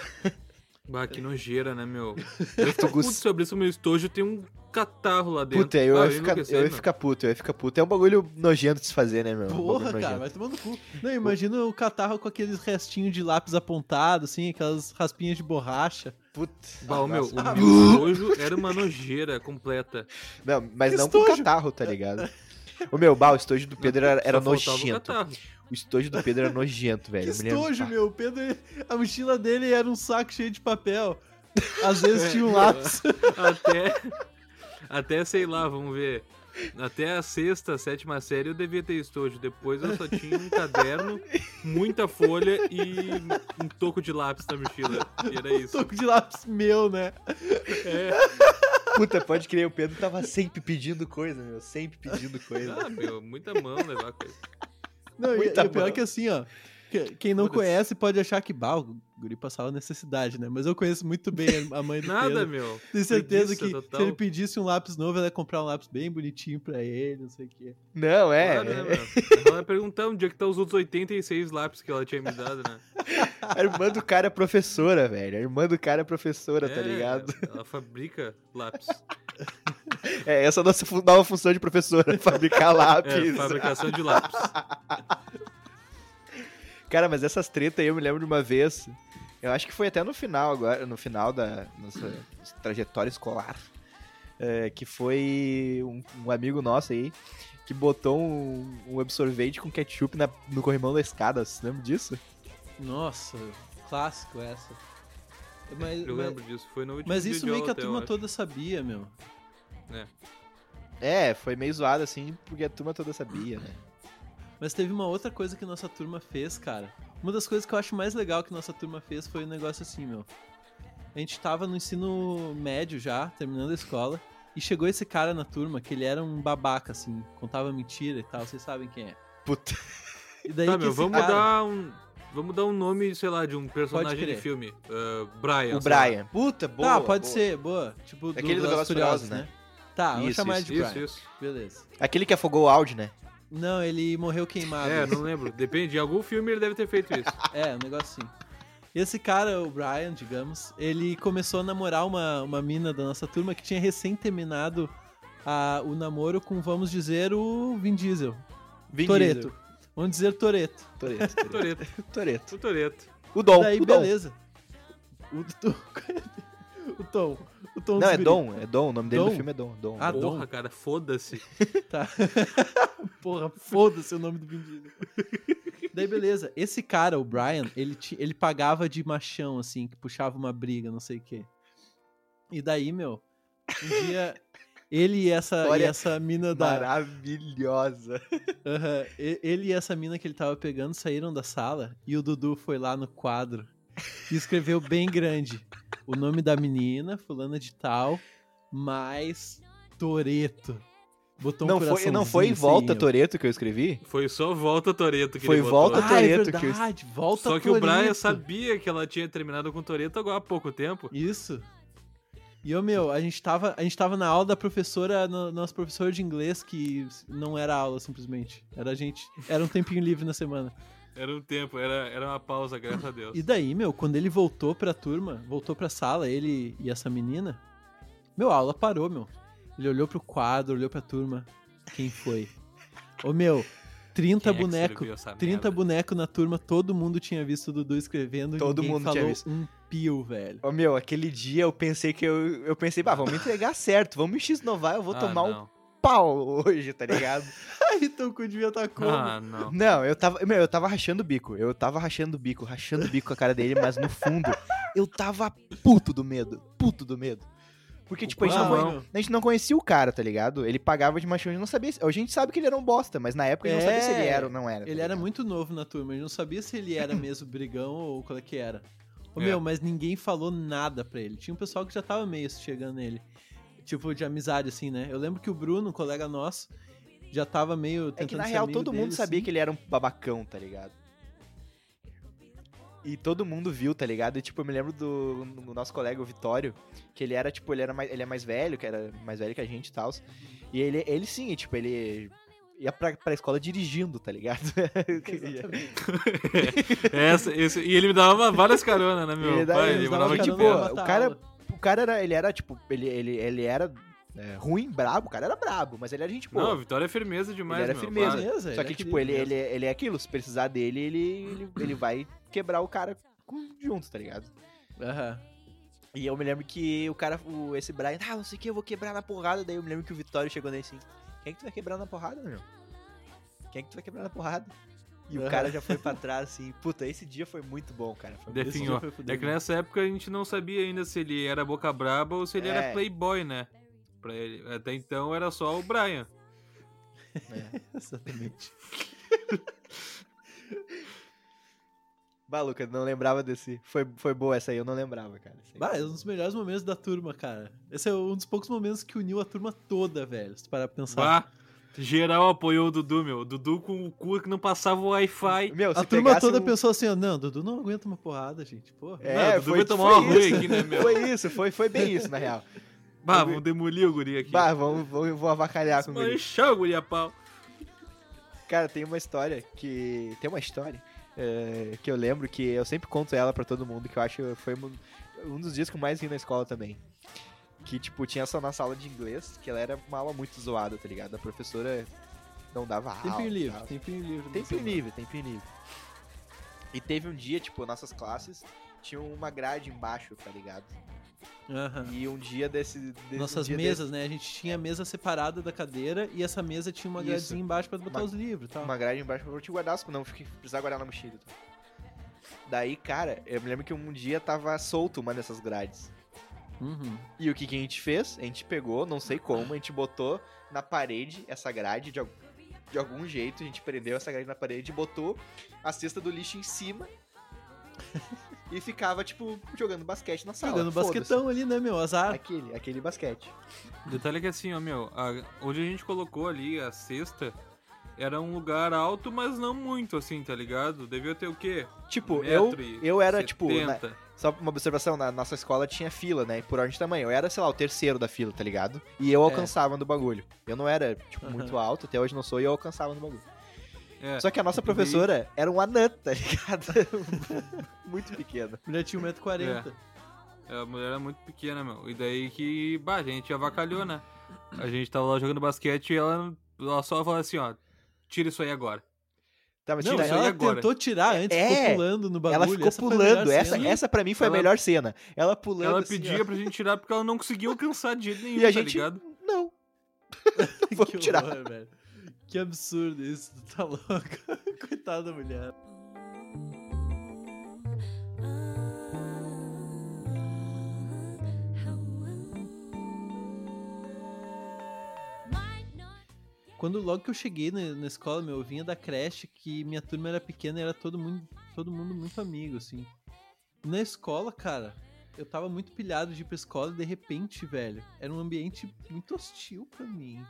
C: Bah, que nojeira, né, meu? Eu fico
B: Gus-
C: puto se eu abrisse o meu estojo, tem um catarro lá dentro.
B: Puta, eu,
C: Ah,
B: ia ficar,
C: enlouqueci,
B: eu ia
C: meu.
B: ficar puto, eu ia ficar puto. É um bagulho nojento de se fazer, né, meu? É um
A: Porra,
B: bagulho
A: cara,
B: nojento.
A: vai tomando cu. Não, imagina o catarro com aqueles restinhos de lápis apontado, assim, aquelas raspinhas de borracha.
B: Puta.
C: Bah, o meu,
B: Nossa. Ah,
C: o meu estojo era uma nojeira completa.
B: Não, mas não com
A: Estojo.
B: catarro, tá ligado? O meu, bah, o estojo do Pedro era, era
C: Só faltava O
B: nojento.
C: catarro.
B: O estojo do Pedro era nojento, velho.
A: Que
B: eu me lembro-
A: estojo,
B: Ah,
A: meu. O Pedro, a mochila dele era um saco cheio de papel. Às vezes tinha um
C: É.
A: lápis.
C: Até. Até, sei lá, vamos ver. Até a sexta, sétima série eu devia ter estojo. Depois eu só tinha um caderno, muita folha e um toco de lápis na mochila. E era isso.
A: Toco de lápis meu, né?
C: É.
B: Puta, pode crer, o Pedro tava sempre pedindo coisa, meu. Sempre pedindo coisa.
C: Ah, meu, muita mão levar coisa.
A: Não, e,
B: Muita
A: e o pior
B: mão.
A: é que assim, ó. que- Quem não
B: Foda-se.
A: conhece pode achar que, bah, o guri passava necessidade, né? Mas eu conheço muito bem a mãe do
C: Nada,
A: Pedro.
C: meu.
A: Tenho certeza
C: preguiça
A: que
C: total.
A: se ele pedisse um lápis novo, ela ia comprar um lápis bem bonitinho pra ele, não sei o quê.
B: Não, é.
C: Claro, né,
B: é.
C: meu? Ela ia perguntar onde é que tá os outros 86 lápis que ela tinha me dado, né?
B: A irmã do cara é professora, velho. A irmã do cara é professora, tá
C: É,
B: ligado?
C: Ela fabrica lápis.
B: É, essa é a nossa fu- nova função de professora, fabricar lápis.
C: É, fabricação de lápis.
B: Cara, mas essas tretas aí eu me lembro de uma vez. Eu acho que foi até no final agora, no final da nossa trajetória escolar. é, que foi um, um amigo nosso aí que botou um, um absorvente com ketchup na- no corrimão da escada. Você lembra disso?
A: Nossa, clássico essa. Mas,
C: Eu
A: mas-
C: lembro disso. Foi no último
A: mas
C: dia
A: isso
C: de
A: meio
C: aula
A: que a
C: até, eu
A: turma
C: acho.
A: toda sabia, meu.
B: É, foi meio zoado assim, porque a turma toda sabia, né?
A: Mas teve uma outra coisa que nossa turma fez, cara. Uma das coisas que eu acho mais legal que nossa turma fez foi um negócio assim, meu. A gente tava no ensino médio já, terminando a escola, e chegou esse cara na turma que ele era um babaca, assim, contava mentira e tal, vocês sabem quem é.
B: Puta.
A: E daí
C: Tá,
A: que
C: meu,
A: esse
C: vamos
A: cara-
C: dar um. Vamos dar um nome, sei lá, de um personagem de
A: crer.
C: filme. Ah, Brian.
B: O
C: sei lá.
B: Brian. Puta, boa.
A: tá, pode
B: boa.
A: ser, boa. Tipo, do
B: Aquele do
A: Velozes
B: Velozes
A: e
B: Furiosos,
A: Furiosos, né? Tá, vamos
B: Isso,
A: chamar
B: isso,
A: de
C: Isso,
A: Brian.
C: isso.
A: Beleza.
B: Aquele que afogou o áudio, né?
A: Não, ele morreu queimado. né?
C: É, não lembro. Depende. Em algum filme ele deve ter feito isso.
A: É, um negócio assim. Esse cara, o Brian, digamos, ele começou a namorar uma, uma mina da nossa turma que tinha recém terminado a- o namoro com, vamos dizer, o Vin Diesel.
B: Vin
A: Toreto. Vamos dizer Toreto.
B: Diesel. Toreto. Toreto.
C: Toreto,
B: Toreto.
C: o Toreto.
B: O Dom.
A: Daí,
B: o Dom.
A: beleza. O, o, o Tom. O Tom
B: Não,
A: dos
B: é
A: guri.
B: Dom. É Dom. O nome dele
A: Dom?
B: no filme é Dom. Dom.
A: Ah,
B: Dom.
A: Dom.
C: Porra, cara, foda-se.
A: Tá. Porra, foda-se o nome do Vin Diesel. Daí, beleza. Esse cara, o Brian, ele, ti- ele pagava de machão, assim, que puxava uma briga, não sei o quê. E daí, meu, um dia ele e essa, e
B: Olha,
A: essa mina da.
B: Maravilhosa.
A: Aham, e- ele e essa mina que ele tava pegando saíram da sala e o Dudu foi lá no quadro e escreveu bem grande o nome da menina, fulana de tal, mais Toreto. Botou um
B: não, foi, não foi em
A: coraçãozinho,
B: volta
A: assim, ó.
B: Toreto que eu escrevi?
C: Foi só volta Toreto que
B: Foi
C: ele botou.
B: volta,
C: Ah,
A: Ah, é
B: Toretto que eu-
A: verdade, volta
C: Só que o Brian
A: Toretto.
C: sabia que ela tinha terminado com o Toreto agora há pouco tempo.
A: Isso. E eu, meu, a gente tava, a gente tava na aula da professora, no, nosso professor de inglês, que não era aula simplesmente. Era a gente, era um tempinho livre na semana.
C: Era um tempo, era, era uma pausa, graças a Deus.
A: E daí, meu, quando ele voltou pra turma, voltou pra sala, ele e essa menina, meu, a aula parou, meu. Ele olhou pro quadro, olhou pra turma. Quem foi? Ô, meu, 30
C: Quem é que
A: boneco,
C: escreveu essa
A: 30
C: merda?
A: boneco na turma, todo mundo tinha visto o Dudu escrevendo.
B: Todo
A: ninguém
B: mundo tinha
A: falou
B: visto.
A: um pio, velho.
B: Ô, meu, aquele dia eu pensei que eu. Eu pensei, bah, vamos me entregar certo, vamos me x-novar, eu vou
C: Ah,
B: tomar um
C: não.
B: pau hoje, tá ligado?
A: Ai, teu cu devia estar como?
C: Ah, não.
B: Não, eu tava. Meu, eu tava rachando o bico. Eu tava rachando o bico, rachando o bico com a cara dele, mas no fundo, eu tava puto do medo. Puto do medo. Porque,
C: O
B: tipo, a gente, não
A: quadro.
B: conhe- a gente não conhecia o cara, tá ligado? Ele pagava de machão, a gente não sabia. se- Hoje a gente sabe que ele era um bosta, mas na época a gente não
A: É.
B: sabia se ele era ou não era. tá
A: Ele era
B: ligado?
A: muito novo na turma, eu não sabia se ele era mesmo brigão ou qual é que era. Ô,
C: É.
A: Meu, mas ninguém falou nada pra ele. Tinha um pessoal que já tava meio chegando nele. Tipo, de amizade, assim, né? Eu lembro que o Bruno, um colega nosso, já tava meio
B: É que
A: tentando
B: na
A: ser
B: real
A: amigo
B: todo
A: dele,
B: mundo sabia
A: assim.
B: que ele era um babacão, tá ligado? E todo mundo viu, tá ligado? E tipo, eu me lembro do, do nosso colega, o Vitório, que ele era, tipo, ele era mais, ele é mais velho, que era mais velho que a gente e tal. E ele, ele sim, e, tipo, ele ia pra, pra escola dirigindo, tá ligado?
A: Exatamente.
C: Essa, esse- e ele me dava várias caronas, né, meu?
B: Ele dava-
C: pai,
B: ele
C: ele
B: dava
C: morava de
B: carona,
C: boa.
B: boa. o cara-
A: tipo,
B: o cara era, ele era, tipo, ele, ele, ele era é, ruim, brabo, o cara era brabo, mas ele era gente
C: Não, a
B: boa.
C: Vitória é firmeza demais,
B: Ele era
C: meu.
B: firmeza,
C: vai.
A: Beleza,
B: Só
A: é
B: que, tipo, ele,
A: querido
B: ele, ele é aquilo, se precisar dele, ele, ele, ele vai quebrar o cara com- junto, tá ligado?
A: mesmo. Aham.
B: E eu me lembro que o cara, o, esse Brian, ah, não sei o que, eu vou quebrar na porrada. Daí eu me lembro que o Vitório chegou nele assim: Quem é que tu vai quebrar na porrada, meu? Quem é que tu vai quebrar na porrada? E o
A: Aham.
B: cara já foi pra trás assim: Puta, esse dia foi muito bom, cara. Foi muito
A: Esse dia
C: Definhou.
A: foi fudido.
C: É que nessa época a gente não sabia ainda se ele era boca braba ou se ele
B: É.
C: era playboy, né? Pra ele. Até então era só o Brian.
B: bom, né?
A: Exatamente.
B: Baluca, não lembrava desse. Foi, foi boa essa aí, eu não lembrava, cara. assim. Essa aí.
A: Bah, é um dos melhores momentos da turma, cara. Esse é um dos poucos momentos que uniu a turma toda, velho. Se tu parar pra pensar.
C: Bah, geral apoiou o Dudu, meu. O Dudu com o cu que não passava o Wi-Fi.
B: Meu,
A: a
B: se
A: turma
B: pegasse
A: toda
B: um-
A: pensou assim, ó, não, Dudu não aguenta uma porrada, gente. Porra.
B: É,
C: Não, o Dudu
B: foi,
C: vai tomar uma
B: foi
C: ruim
B: isso.
C: aqui, né, meu?
B: Foi isso, foi, foi bem isso, na real.
C: Bah, vamos demolir o guri aqui.
B: Bah, vamos, vamos, vou avacalhar com o guri.
C: Manchar o guri a pau.
B: Cara, tem uma história que. Tem uma história é, que eu lembro que eu sempre conto ela pra todo mundo, que eu acho que foi um, um dos dias que eu mais ri na escola também. Que, tipo, tinha essa nossa aula de inglês, que ela era uma aula muito zoada, tá ligado? A professora não dava aula.
A: Tempinho livre,
B: tal.
A: tempinho livre.
B: Tempinho livre, tempinho livre. E teve um dia, tipo, nossas classes tinham uma grade embaixo, tá ligado?
A: Aham.
B: E um dia desse. desse um
A: Nossas
B: dia
A: mesas, né? A gente tinha a mesa separada da cadeira e essa mesa tinha uma
B: Isso.
A: gradezinha embaixo pra botar
B: Uma-
A: os livros e tal.
B: Uma grade embaixo pra te guardar, se não fica- precisar guardar na mochila. tá? Daí, cara, eu me lembro que um dia tava solto uma dessas grades.
A: Uhum.
B: E o que, que a gente fez? A gente pegou, não sei como, a gente botou na parede essa grade de, al- de algum jeito, a gente prendeu essa grade na parede e botou a cesta do lixo em cima. e ficava, tipo, jogando basquete na sala.
A: Jogando
B: Tá, Foda-se. É.
A: basquetão ali, né, meu? Azar.
B: Aquele, aquele basquete.
C: Detalhe é que assim, ó, meu, a- onde a gente colocou ali a cesta era um lugar alto, mas não muito, assim, tá ligado? Devia ter o quê?
B: Tipo, eu,
C: Metro e
B: eu era, tipo, na-
C: 70.
B: Só uma observação, na nossa escola tinha fila, né? Por ordem de tamanho. Eu era, sei lá, o terceiro da fila, tá ligado? E eu alcançava no bagulho. Eu não era, tipo,
A: É. Aham.
B: muito alto, até hoje não sou, e eu alcançava no bagulho.
C: É.
B: Só que a nossa
C: E daí-
B: professora era um anã, tá ligado? Muito pequena.
A: Mulher tinha 1,40m.
B: É.
C: É, A mulher era muito pequena, meu. E daí que, bah, a gente avacalhou, né? A gente tava lá jogando basquete e ela, ela só falou assim, ó, tira isso aí agora.
B: Tá, mas
A: Não,
C: tira
B: tira
C: isso aí
A: ela
C: agora.
A: tentou tirar antes,
B: É.
A: ficou pulando no bagulho.
B: Ela ficou
A: essa foi a
B: pulando.
A: melhor
B: Essa,
A: cena.
B: essa pra mim foi
C: Ela-
B: a melhor cena. Ela pulando.
C: Ela
B: assim,
C: pedia pra gente tirar porque ela não conseguia alcançar de jeito nenhum,
B: E a
C: tá
B: gente-
C: ligado?
B: ó, Não.
A: Que
B: Vamos tirar.
A: horror, velho. Que absurdo isso, tu tá louco. Coitada da mulher. Quando logo que eu cheguei na, na escola, meu, eu vinha da creche, que minha turma era pequena e era todo mundo, todo mundo muito amigo, assim. Na escola, cara, eu tava muito pilhado de ir pra escola e de repente, velho, era um ambiente muito hostil pra mim.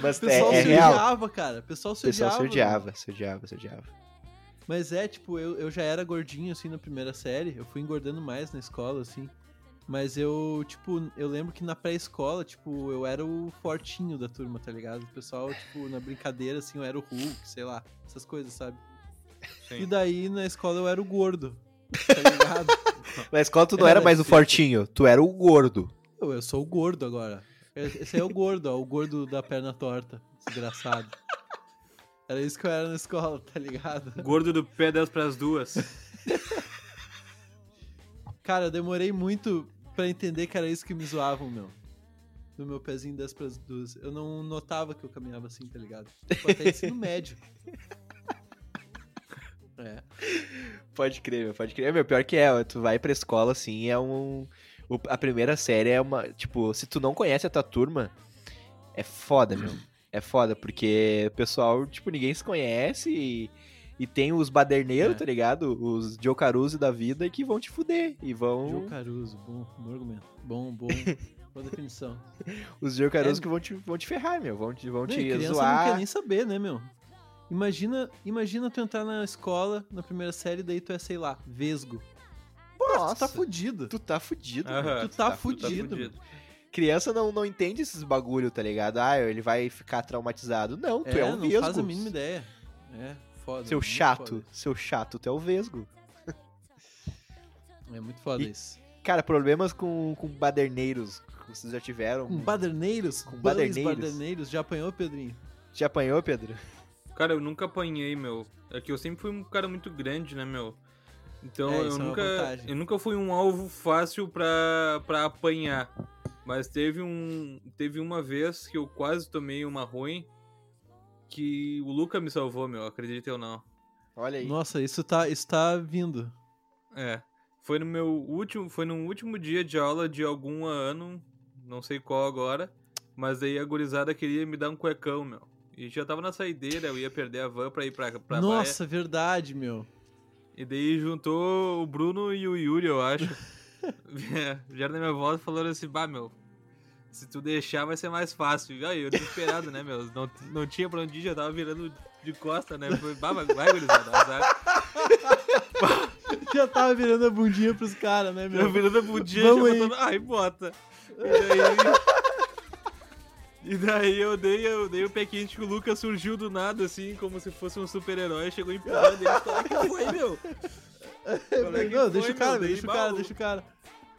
B: Mas
A: O
B: é,
A: pessoal
B: é
A: se
B: real.
A: odiava, cara. O pessoal
B: O
A: se
B: pessoal
A: odiava.
B: se odiava, se odiava, se odiava.
A: Mas é, tipo, eu, eu já era gordinho, assim, na primeira série. Eu fui engordando mais na escola, assim. Mas eu, tipo, eu lembro que na pré-escola, tipo, eu era o fortinho da turma, tá ligado? O pessoal, tipo, na brincadeira, assim, eu era o Hulk, sei lá, essas coisas, sabe?
C: Sim.
A: E daí, na escola, eu era o gordo, tá ligado?
B: Na escola tu não era
A: Era
B: mais o
A: assim.
B: fortinho, tu era o gordo.
A: eu, eu sou o gordo agora. Eu- Esse aí é o gordo, ó, o gordo da perna torta, desgraçado. Era isso que eu era na escola, tá ligado?
C: Gordo do pé 10 pras duas.
A: Cara, eu demorei muito pra entender que era isso que me zoavam, meu. No meu pezinho 10 pras duas. Eu não notava que eu caminhava assim, tá ligado? Tipo, até ensino médio. É.
B: Pode crer, meu, pode crer. Meu, pior que é, ó, tu vai pra escola assim, é um. o- a primeira série é uma. Tipo, se tu não conhece a tua turma, é foda, meu. É foda, porque o pessoal, tipo, ninguém se conhece e, e tem os baderneiros,
A: É.
B: tá ligado? Os Joe Caruso da vida que vão te fuder. E vão.
A: Joe Caruso, bom, bom argumento. Bom, bom. Boa definição.
B: Os Joe Caruso
A: É.
B: que vão te, vão te ferrar, meu. Vão te, vão
A: Não, e
B: te
A: criança não quer
B: zoar.
A: nem saber, né, meu? Imagina, imagina tu entrar na escola, na primeira série, daí tu é, sei lá, vesgo. Pô, tu tá
B: Nossa.
A: fudido.
B: Tu tá fudido,
C: Aham.
B: meu.
A: tu
C: tu
A: tá,
B: tá
A: fudido.
C: fudido.
A: meu.
B: Criança não, não entende esses bagulho, tá ligado? Ah, ele vai ficar traumatizado. Não, tu é, um
A: não
B: vesgo.
A: faz a mínima ideia. É, foda.
B: Seu
A: muito
B: chato,
A: foda.
B: seu chato, tu é o vesgo.
A: É muito foda
B: E-
A: isso.
B: Cara, problemas com, com baderneiros que vocês já tiveram.
A: Com baderneiros?
B: Com
A: Com baderneiros.
B: baderneiros.
A: baderneiros. Já apanhou, Pedrinho?
B: Te apanhou, Pedro?
C: Cara, eu nunca apanhei, meu. É que eu sempre fui um cara muito grande, né, meu? Então
A: É, isso
C: eu
A: é uma
C: nunca.
A: vantagem.
C: eu nunca fui um alvo fácil pra, pra apanhar. Mas teve um. Teve uma vez que eu quase tomei uma ruim. Que o Luca me salvou, meu, acredita ou não.
B: Olha aí.
A: Nossa, isso tá, isso tá vindo.
C: É. Foi no meu último. Foi no último dia de aula de algum ano. Não sei qual agora. Mas aí a gurizada queria me dar um cuecão, meu. E já tava na saideira, eu ia perder a van pra ir pra, pra Baia.
A: Nossa, verdade, meu.
C: E daí juntou o Bruno e o Yuri, eu acho. É, Vieram na minha volta e falaram assim, bah, meu, se tu deixar vai ser mais fácil. E aí, eu desesperado, né, meu? Não, não tinha pra onde ir, já tava virando de costa, né? Foi, bah, vai, vai, gurizada, azar."
A: Já tava virando a bundinha pros caras, né,
C: Já
A: meu?
C: virando a bundinha,
A: Vamos
C: já
A: aí.
C: botando, ai, bota. E daí... E daí eu dei, eu dei o pé quente que o Lucas surgiu do nada, assim, como se fosse um super-herói, chegou empurrando ele e falou, "Ah, que foi, meu? Falei,
A: Não,
C: "Que
A: deixa
C: foi,
A: o cara,
C: meu?"
A: meu, deixa o
C: Daí,
A: cara,
C: "Bah,
A: deixa o cara.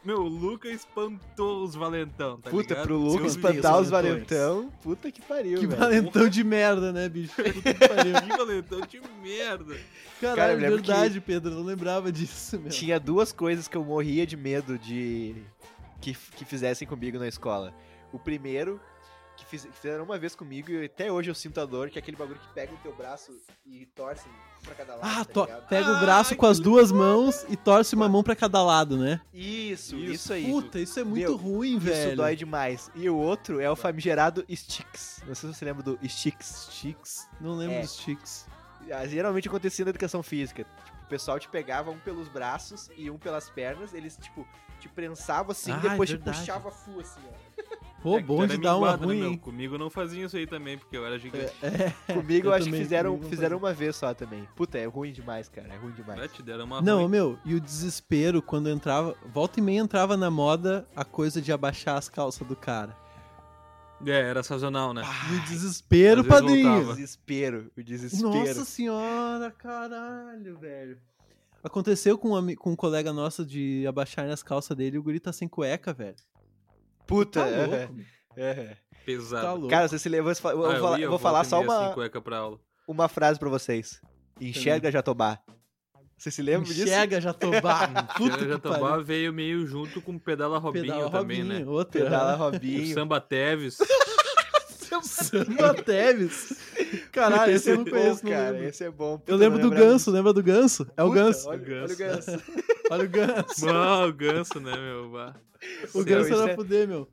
C: Meu, o Luca espantou os valentão, tá
B: puta,
C: ligado?
B: pro Luca
A: Seus
B: espantar os
A: valentões.
B: valentão, puta que pariu,
A: Que
B: velho.
A: valentão de merda, né, bicho? Puta que pariu.
C: Que valentão de merda.
B: Cara, eu
A: Caralho,
B: lembro
A: verdade, Pedro, eu não lembrava disso, meu.
B: Tinha duas coisas que eu morria de medo de que, que fizessem comigo na escola. O primeiro, que, fiz- que fizeram uma vez comigo e até hoje eu sinto a dor, que é aquele bagulho que pega o teu braço e torce pra cada lado,
A: Ah,
B: tá
A: to-
B: ligado?
A: pega o
C: Ai,
A: braço com
C: que
A: as duas mãos e torce uma mão pra cada lado, né?
B: Isso,
C: Isso.
B: isso, aí.
A: Puta, isso é muito
B: Meu,
A: ruim,
B: Isso
A: velho.
B: dói demais. E o outro é o famigerado Sticks. Não sei se você lembra do Sticks.
A: Sticks? Não lembro
B: É.
A: dos sticks.
B: Ah, Geralmente acontecia na educação física. Tipo, o pessoal te pegava um pelos braços e um pelas pernas. Eles, tipo, te prensavam assim
A: Ah,
B: e depois
A: é
B: te
A: verdade.
B: puxavam a fu, assim, ó.
A: Pô,
C: É que tu
A: bom
C: era
A: de dar uma
C: minguado, né,
A: ruim,
C: meu?
A: hein?
C: Comigo não faziam isso aí também, porque eu era gigante.
B: Comigo
A: Eu
B: eu acho
A: também,
B: que fizeram,
A: comigo não
B: fizeram uma vez só também. Puta, é ruim demais, cara. É ruim
C: Vai,
B: demais.
C: te deram uma
A: Não,
C: ruim.
A: meu, e o desespero quando entrava. Volta e meia entrava na moda a coisa de abaixar as calças do cara.
C: É, era sazonal,
B: Ah,
C: né?
A: No desespero,
C: às vezes
A: padrinho.
C: voltava.
B: Desespero, o desespero.
A: Nossa senhora, caralho, velho. Aconteceu com um, ami- com um colega nosso de abaixar nas calças dele e o guri tá sem cueca, velho.
B: Puta.
A: Tá
B: é,
A: louco, meu.
B: é.
C: Pesado.
A: tá louco.
B: Cara, você se levou. Eu vou,
C: Ah,
B: falar,
C: ia,
B: eu vou falar
C: volta e
B: só
C: meia, assim,
B: uma,
C: cueca pra aula.
B: uma frase pra vocês. Enxerga Jatobá. Você se lembra disso?
A: Enxerga Jatobá. Puta
C: Puta
A: que
C: Jatobá
A: pariu.
C: veio meio junto com o Pedala Robinho
A: Pedala
C: também,
A: Robinho,
C: né?
A: outro.
B: Pedala
C: O
B: Robinho.
C: Samba Teves.
A: Samba Teves. Caralho, esse eu não conheço,
B: é bom,
A: não
B: cara.
A: lembro.
B: Esse é bom. Puta,
A: Eu lembro
B: não
A: do
B: lembrava
A: Ganso, lembra do Ganso? É o
B: Puta,
A: Ganso.
B: Olha, olha o
C: Ganso.
B: ganso.
A: Olha o Ganso.
C: Mano, o Ganso, né, meu? Bah.
A: O
B: Não,
A: ganso
B: isso
A: era
B: é-
A: fuder, meu.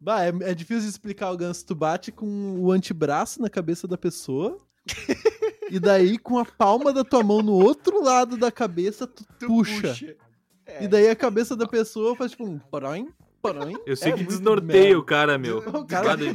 A: Bah, é, é difícil de explicar o ganso. Tu bate com o antebraço na cabeça da pessoa. e daí, com a palma da tua mão no outro lado da cabeça, tu,
B: Tu
A: puxa.
B: É.
A: E daí a cabeça da pessoa faz tipo um poroim, poroim.
C: Eu sei
A: É
C: que
A: muito
C: desnorteia
A: merda.
C: o cara, meu.
A: O
C: O
A: cara
C: cara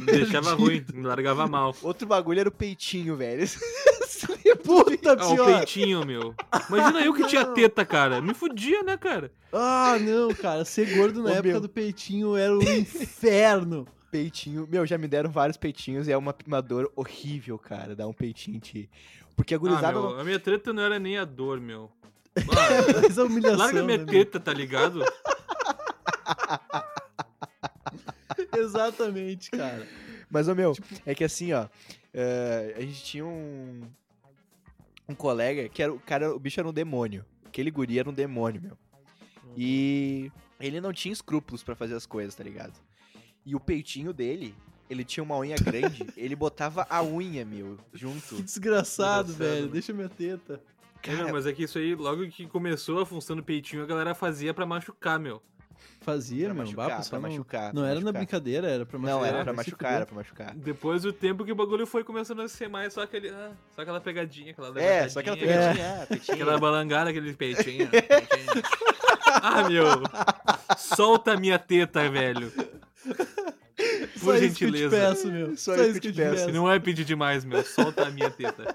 C: deixava ruim, largava mal.
B: Outro bagulho era o peitinho, velho.
A: é Puta
C: Ah, o
A: pior.
C: peitinho, meu. Imagina eu que tinha teta, cara. Me fudia, né, cara?
A: Ah, não, cara. Ser gordo na
B: Ô,
A: época
B: meu.
A: do peitinho era um inferno.
B: Peitinho. Meu, já me deram vários peitinhos e é uma, uma dor horrível, cara, dar um peitinho em ti. Porque a
C: Ah,
B: gurizada não-
C: meu, a minha treta não era nem a dor, meu. Ah,
A: Mas a humilhação.
C: larga
A: né,
C: minha
A: meu?
C: teta, tá ligado?
A: Exatamente, cara.
B: Mas, ô meu,
A: Tipo,
B: é que assim, ó. é, a gente tinha um. Um colega que era. O, cara, o bicho era um demônio. Aquele guri era um demônio, meu.
A: Uhum.
B: E ele não tinha escrúpulos pra fazer as coisas, tá ligado? E o peitinho dele, ele tinha uma unha grande, ele botava a unha, meu,
A: Que
B: junto.
A: desgraçado,
C: Desgraçado,
A: velho.
C: né?
A: Deixa minha teta.
C: É, meu, mas é que isso aí, logo que começou a função do peitinho, a galera fazia pra machucar, meu.
A: Fazia,
B: Pra
A: meu. um
B: machucar,
A: Bapa,
B: pra
A: só não,
B: machucar.
A: Não
B: pra
A: era na
B: machucar.
A: brincadeira, era tipo? pra machucar.
B: Não, era pra
A: vai se
B: machucar,
A: fuder.
B: era pra machucar.
C: Depois do tempo que o bagulho foi começando a ser mais só aquele. Ah, só aquela pegadinha, aquela
B: É, só aquela
C: levantadinha,
B: pegadinha. ah, peitinho.
C: Aquela balangada, aquele peitinho. peitinho. ah, meu. Solta a minha teta, velho.
A: Só
C: Por
A: isso
C: gentileza.
A: Que eu te peço, meu.
B: Só isso que eu te peço.
C: Se não é pedir demais, meu. Solta a minha teta.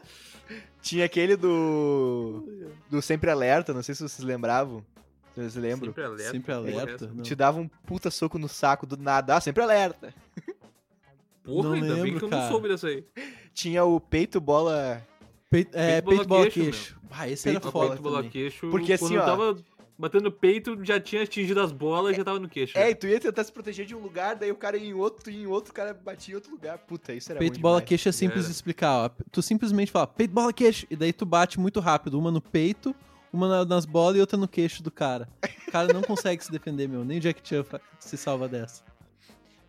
B: Tinha aquele do. Do Sempre Alerta, não sei se vocês lembravam. Se vocês lembram.
C: Sempre alerta.
A: Sempre alerta.
C: Porra,
A: não.
B: Te dava um puta soco no saco do nada. Ah, sempre alerta.
C: Porra,
A: Não
C: ainda bem
A: lembro,
C: que eu
A: cara.
C: não soube dessa aí.
B: Tinha o peito bola.
A: Peito, é,
C: Peito bola
A: peito bola
C: queixo,
A: queixo. Ah, esse era
B: Peito
A: foda
C: Peito, bola,
A: também.
C: queixo.
B: Porque
C: quando
B: assim,
C: eu
B: ó.
C: tava batendo peito, já tinha atingido as bolas e já tava no queixo.
B: É, e tu ia tentar se proteger de um lugar, daí o cara ia em outro, tu ia em outro, o cara batia em outro lugar. Puta, isso era
A: Peito
B: ruim
A: bola
B: demais.
A: queixo é simples
C: Era.
A: de explicar, ó. Tu simplesmente fala peito bola queixo e daí tu bate muito rápido, uma no peito, uma na- nas bolas e outra no queixo do cara. O cara não consegue se defender, meu. Nem o Jack Chan fa- se salva dessa.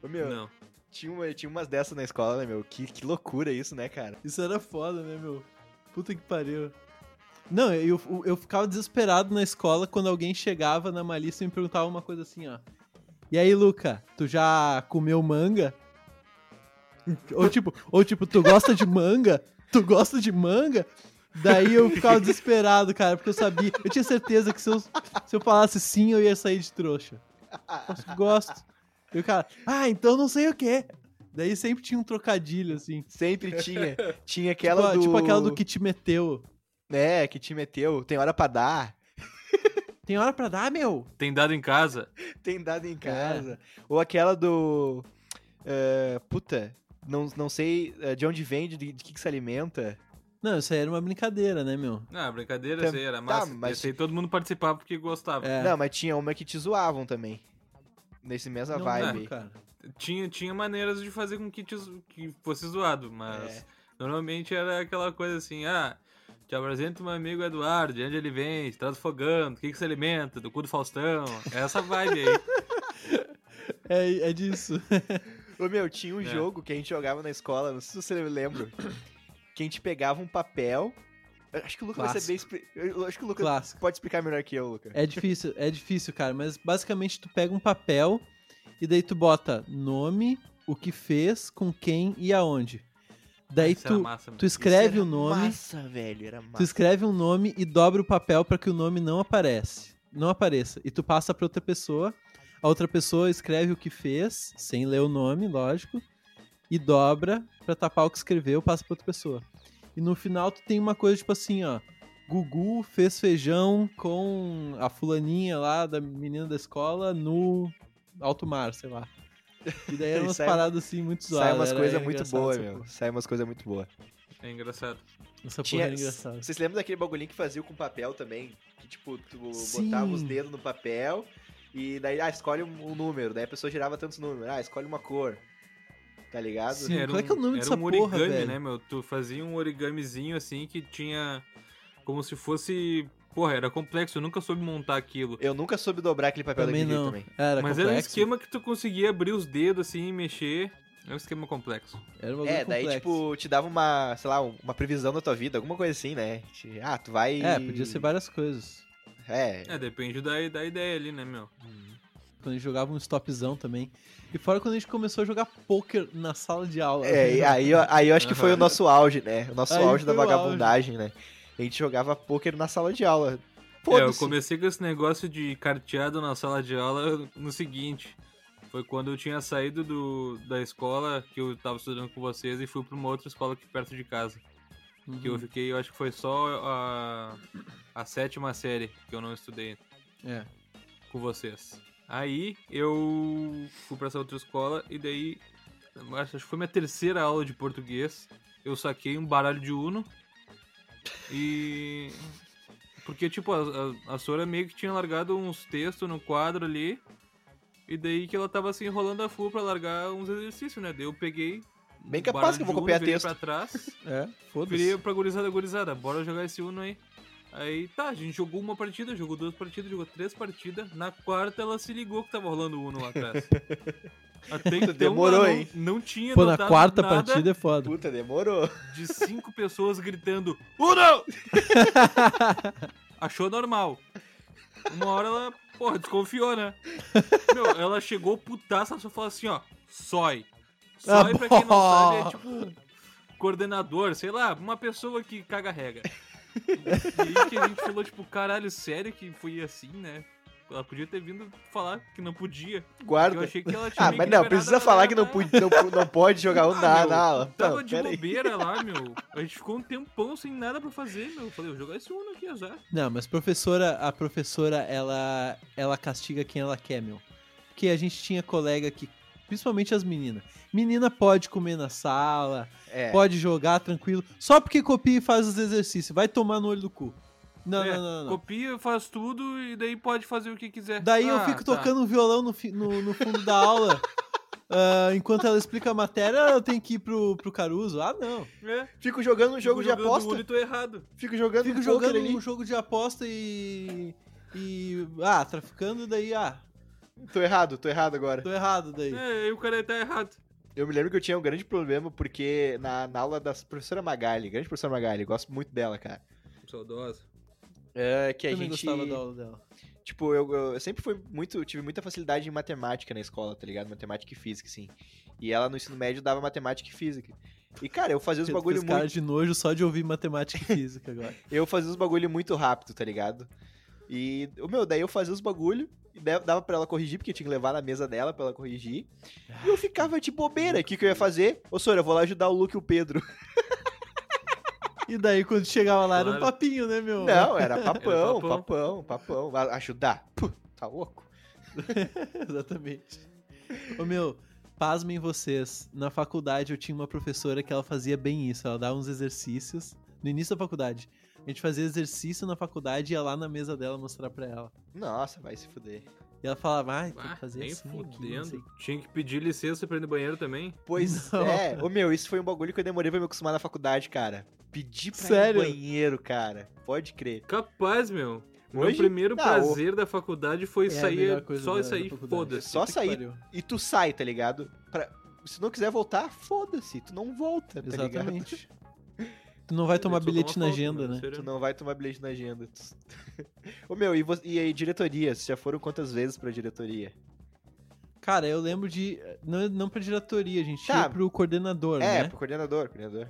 B: Ô, meu,
C: Não.
B: tinha, uma- tinha umas dessas na escola, né, meu? Que, que loucura isso, né, cara?
A: Isso era foda, né, meu? Puta que pariu. Não, eu, eu, eu ficava desesperado na escola quando alguém chegava na malícia e me perguntava uma coisa assim, ó. E aí, Luca, tu já comeu manga? Ou tipo, ou tipo, tu gosta de manga? Tu gosta de manga? Daí eu ficava desesperado, cara, porque eu sabia, eu tinha certeza que se eu, se eu falasse sim, eu ia sair de trouxa. Eu gosto. E o cara, ah, então não sei o quê. Daí sempre tinha um trocadilho, assim.
B: Sempre tinha. Tinha aquela
A: tipo,
B: do...
A: tipo aquela do que te meteu.
B: É, que te meteu. Tem hora pra dar.
A: Tem hora pra dar, meu?
C: Tem dado em casa?
B: Tem dado
A: É.
B: em casa. Ou aquela do... é, puta, não, não sei é, de onde vende, de, de que, que se alimenta.
A: Não, isso aí era uma brincadeira, né, meu?
C: Ah, brincadeira,
B: Tam-
C: isso aí era
B: tá,
C: massa.
B: mas-
C: Esse aí todo mundo participava porque gostava.
A: É.
B: Não, mas tinha uma que te zoavam também. Nesse mesma
A: Não, né?
B: vibe.
A: não,
B: aí.
A: cara.
C: Tinha, tinha maneiras de fazer com que, te zo- que fosse zoado, mas
B: É.
C: normalmente era aquela coisa assim, ah, te apresento meu amigo Eduardo, de onde ele vem, se traz fogando, o que que se alimenta, do cu do Faustão, essa vibe aí.
A: É, é disso.
B: Ô, meu, tinha um
C: É.
B: jogo que a gente jogava na escola, não sei se você lembra. Que a gente pegava um papel. Eu Acho que o Lucas vai saber. expli- eu Acho que o Lucas
A: Clássico.
B: pode explicar melhor que eu, Lucas.
A: É difícil, é difícil, cara. Mas basicamente tu pega um papel e daí tu bota nome, o que fez, com quem e aonde. Daí
C: Isso era
A: tu,
C: massa,
A: tu
C: mano.
A: escreve o nome,
B: Massa, velho, era
A: tu
B: massa.
A: escreve um nome e dobra o papel pra que o nome não aparece. Não apareça. E tu passa pra outra pessoa. A outra pessoa escreve o que fez, sem ler o nome, lógico, e dobra pra tapar o que escreveu, passa pra outra pessoa. E no final tu tem uma coisa tipo assim, ó. Gugu fez feijão com a fulaninha lá da menina da escola no alto mar, sei lá. E daí eram
B: E
A: umas
B: sai-
A: paradas assim muito zoadas.
B: Sai umas
A: era
B: coisas muito
A: engraçado
B: boas,
A: essa
B: meu.
A: porra.
B: Sai umas coisas muito boas.
C: É engraçado.
A: Essa porra
B: Tinha-
A: era engraçada.
B: Vocês lembram daquele bagulhinho que fazia com papel também? Que tipo, tu
A: Sim.
B: botava os dedos no papel e daí, ah, escolhe um, um número. Daí a pessoa girava tantos números. Ah, escolhe uma cor. Tá ligado?
A: Sim, qual é que é o nome
C: era
A: dessa
C: um
A: porra,
C: origami,
A: velho?
C: né, meu? Tu fazia um origamizinho assim que tinha. Como se fosse. Porra, era complexo, eu nunca soube montar aquilo.
B: Eu nunca soube dobrar aquele papel
A: Também
B: daquele jeito
A: não.
B: também.
A: Era
C: Mas
A: complexo.
C: era um esquema que tu conseguia abrir os dedos assim e mexer. É um esquema complexo.
A: Era um bagulho
B: É, daí,
A: complexo.
B: tipo, te dava uma, sei lá, um- uma previsão da tua vida, alguma coisa assim, né? Te- Ah, tu vai.
A: É, podia ser várias coisas.
B: É.
C: É, depende da, da ideia ali, né, meu?
A: Quando a gente jogava um stopzão também. E fora quando a gente começou a jogar poker na sala de aula.
B: É, e aí, eu- aí eu acho que foi o
C: Aham.
B: nosso auge, né? O nosso
A: Aí
B: auge da
A: foi o auge.
B: vagabundagem, né? A gente jogava pôquer na sala de aula. Pô,
C: É, eu comecei com esse negócio de carteado na sala de aula no seguinte. Foi quando eu tinha saído do, da escola que eu tava estudando com vocês e fui pra uma outra escola aqui perto de casa.
A: Uhum.
C: Que eu fiquei, eu acho que foi só a, a sétima série que eu não estudei
A: É.
C: com vocês. Aí eu fui pra essa outra escola e daí, eu acho que foi minha terceira aula de português, eu saquei um baralho de Uno e... Porque, tipo, a, a, a Sora meio que tinha largado uns textos no quadro ali e daí que ela tava se enrolando a full pra largar uns exercícios, né? Daí eu peguei...
B: Bem
C: o
B: capaz que eu vou
C: baralho de Uno,
B: copiar
C: virei
B: texto.
C: pra trás...
A: É,
C: Virei
A: foda-se.
C: pra gurizada, gurizada, bora jogar esse Uno aí. Aí tá, a gente jogou uma partida, jogou duas partidas, jogou três partidas. Na quarta ela se ligou que tava rolando o Uno lá atrás. Até então,
B: Demorou,
C: ela não,
B: hein?
C: Não tinha
A: Pô, na
C: notado
A: quarta
C: nada
A: partida é foda.
B: Puta, demorou.
C: de cinco pessoas gritando Uno! Achou normal. Uma hora ela, porra, desconfiou, né? Meu, ela chegou putaça, só falou assim, ó, sói. Sói,
A: Ah,
C: pra quem não
A: bom.
C: sabe, é tipo um coordenador, sei lá, uma pessoa que caga regra. E aí que a gente falou, tipo, caralho, sério que foi assim, né? Ela podia ter vindo falar que não podia. Eu
B: Guarda.
C: achei que ela tinha
B: Ah,
C: meio
B: mas
C: que é
B: não,
C: liberado
B: precisa
C: a
B: falar
C: galera
B: que não,
C: da-
B: pude, não, pu- não pode jogar um
C: né? ah,
B: na,
C: meu,
B: na aula.
C: Tava
B: Não,
C: de
B: pera aí.
C: bobeira lá, meu. A gente ficou um tempão sem nada pra fazer, meu. Eu Falei, vou jogar esse Uno aqui, azar.
A: Não, mas professora, a professora, ela, ela castiga quem ela quer, meu. Porque a gente tinha colega que, principalmente as meninas. Menina pode comer na sala,
B: É.
A: pode jogar tranquilo, só porque copia e faz os exercícios. Vai tomar no olho do cu. Não,
C: É,
A: não, não, não.
C: Copia, faz tudo e daí pode fazer o que quiser.
A: Daí eu
C: Ah,
A: fico
C: tá.
A: tocando um violão no, fi- no- no fundo da aula. Ah, enquanto ela explica a matéria, eu tenho que ir pro, pro Caruso. Ah, não.
C: É,
B: Fico jogando um jogo
C: fico
B: de
C: jogando Uno e
B: aposta.
C: tô errado.
B: Fico jogando
A: Fico
B: um
A: jogando
B: poker ali.
A: um jogo de aposta e. E. Ah, traficando, daí, ah,
B: Tô errado, tô errado agora.
A: tô errado daí.
C: É, e o cara tá errado.
B: Eu me lembro que eu tinha um grande problema porque na, na aula da professora Magali, grande professora Magali, gosto muito dela, cara.
C: Saudosa.
B: É, que
A: Eu
B: a
A: também
B: gente
A: gostava da aula dela.
B: Tipo, eu, eu sempre fui muito. Tive muita facilidade em matemática na escola, tá ligado? Matemática e física, sim. E ela no ensino médio dava matemática e física. E, cara, eu fazia os
A: Pedro
B: um bagulho
A: fez cara
B: muito.
A: de nojo só de ouvir matemática e física agora.
B: Eu fazia os bagulho muito rápido, tá ligado? E, o meu, daí eu fazia os bagulho, e da- dava pra ela corrigir, porque eu tinha que levar na mesa dela pra ela corrigir. E eu ficava de bobeira. O que, que eu ia fazer? Ô, senhor, eu vou lá ajudar o Luke e o Pedro.
A: E daí, quando chegava lá, era um
C: Claro.
A: papinho, né, meu?
B: Não, era papão,
C: papão.
B: papão, papão. A- Ajudar. Puh, tá louco?
A: Exatamente. Ô, meu, pasmem vocês. Na faculdade, eu tinha uma professora que ela fazia bem isso. Ela dava uns exercícios no início da faculdade. A gente fazia exercício na faculdade e ia lá na mesa dela mostrar pra ela.
B: Nossa, vai se fuder.
A: E ela falava, ah, tem
C: Ah,
A: que fazer
C: nem
A: assim, aqui, não sei.
C: fudendo. Tinha que pedir licença pra ir no banheiro também.
B: Pois
A: Não.
B: é, ô meu, isso foi um bagulho que eu demorei pra me acostumar na faculdade, cara. Pedir pra
A: Sério?
B: ir no banheiro, cara. Pode crer.
C: Capaz, meu. Meu
B: Hoje?
C: primeiro
B: Não,
C: prazer da faculdade foi
A: É a melhor
C: sair,
A: coisa
C: só
A: da- da
C: sair,
A: faculdade.
C: foda-se.
B: Só
A: Puta que
B: sair.
A: pariu.
B: E tu sai, tá ligado? Pra... Se não quiser voltar, foda-se. Tu não volta, tá ligado?
A: Exatamente. Tu não vai tomar
C: Só dá uma
A: bilhete na
C: falta,
A: agenda,
C: mano,
A: né?
B: Tu
C: sério.
B: não vai tomar bilhete na agenda. Tu- Ô meu, e, vo... e aí, diretoria? Vocês já foram quantas vezes pra diretoria?
A: Cara, eu lembro de. Não, não pra diretoria, a gente
B: Tá.
A: ia pro coordenador,
B: é,
A: né?
B: pro coordenador, coordenador.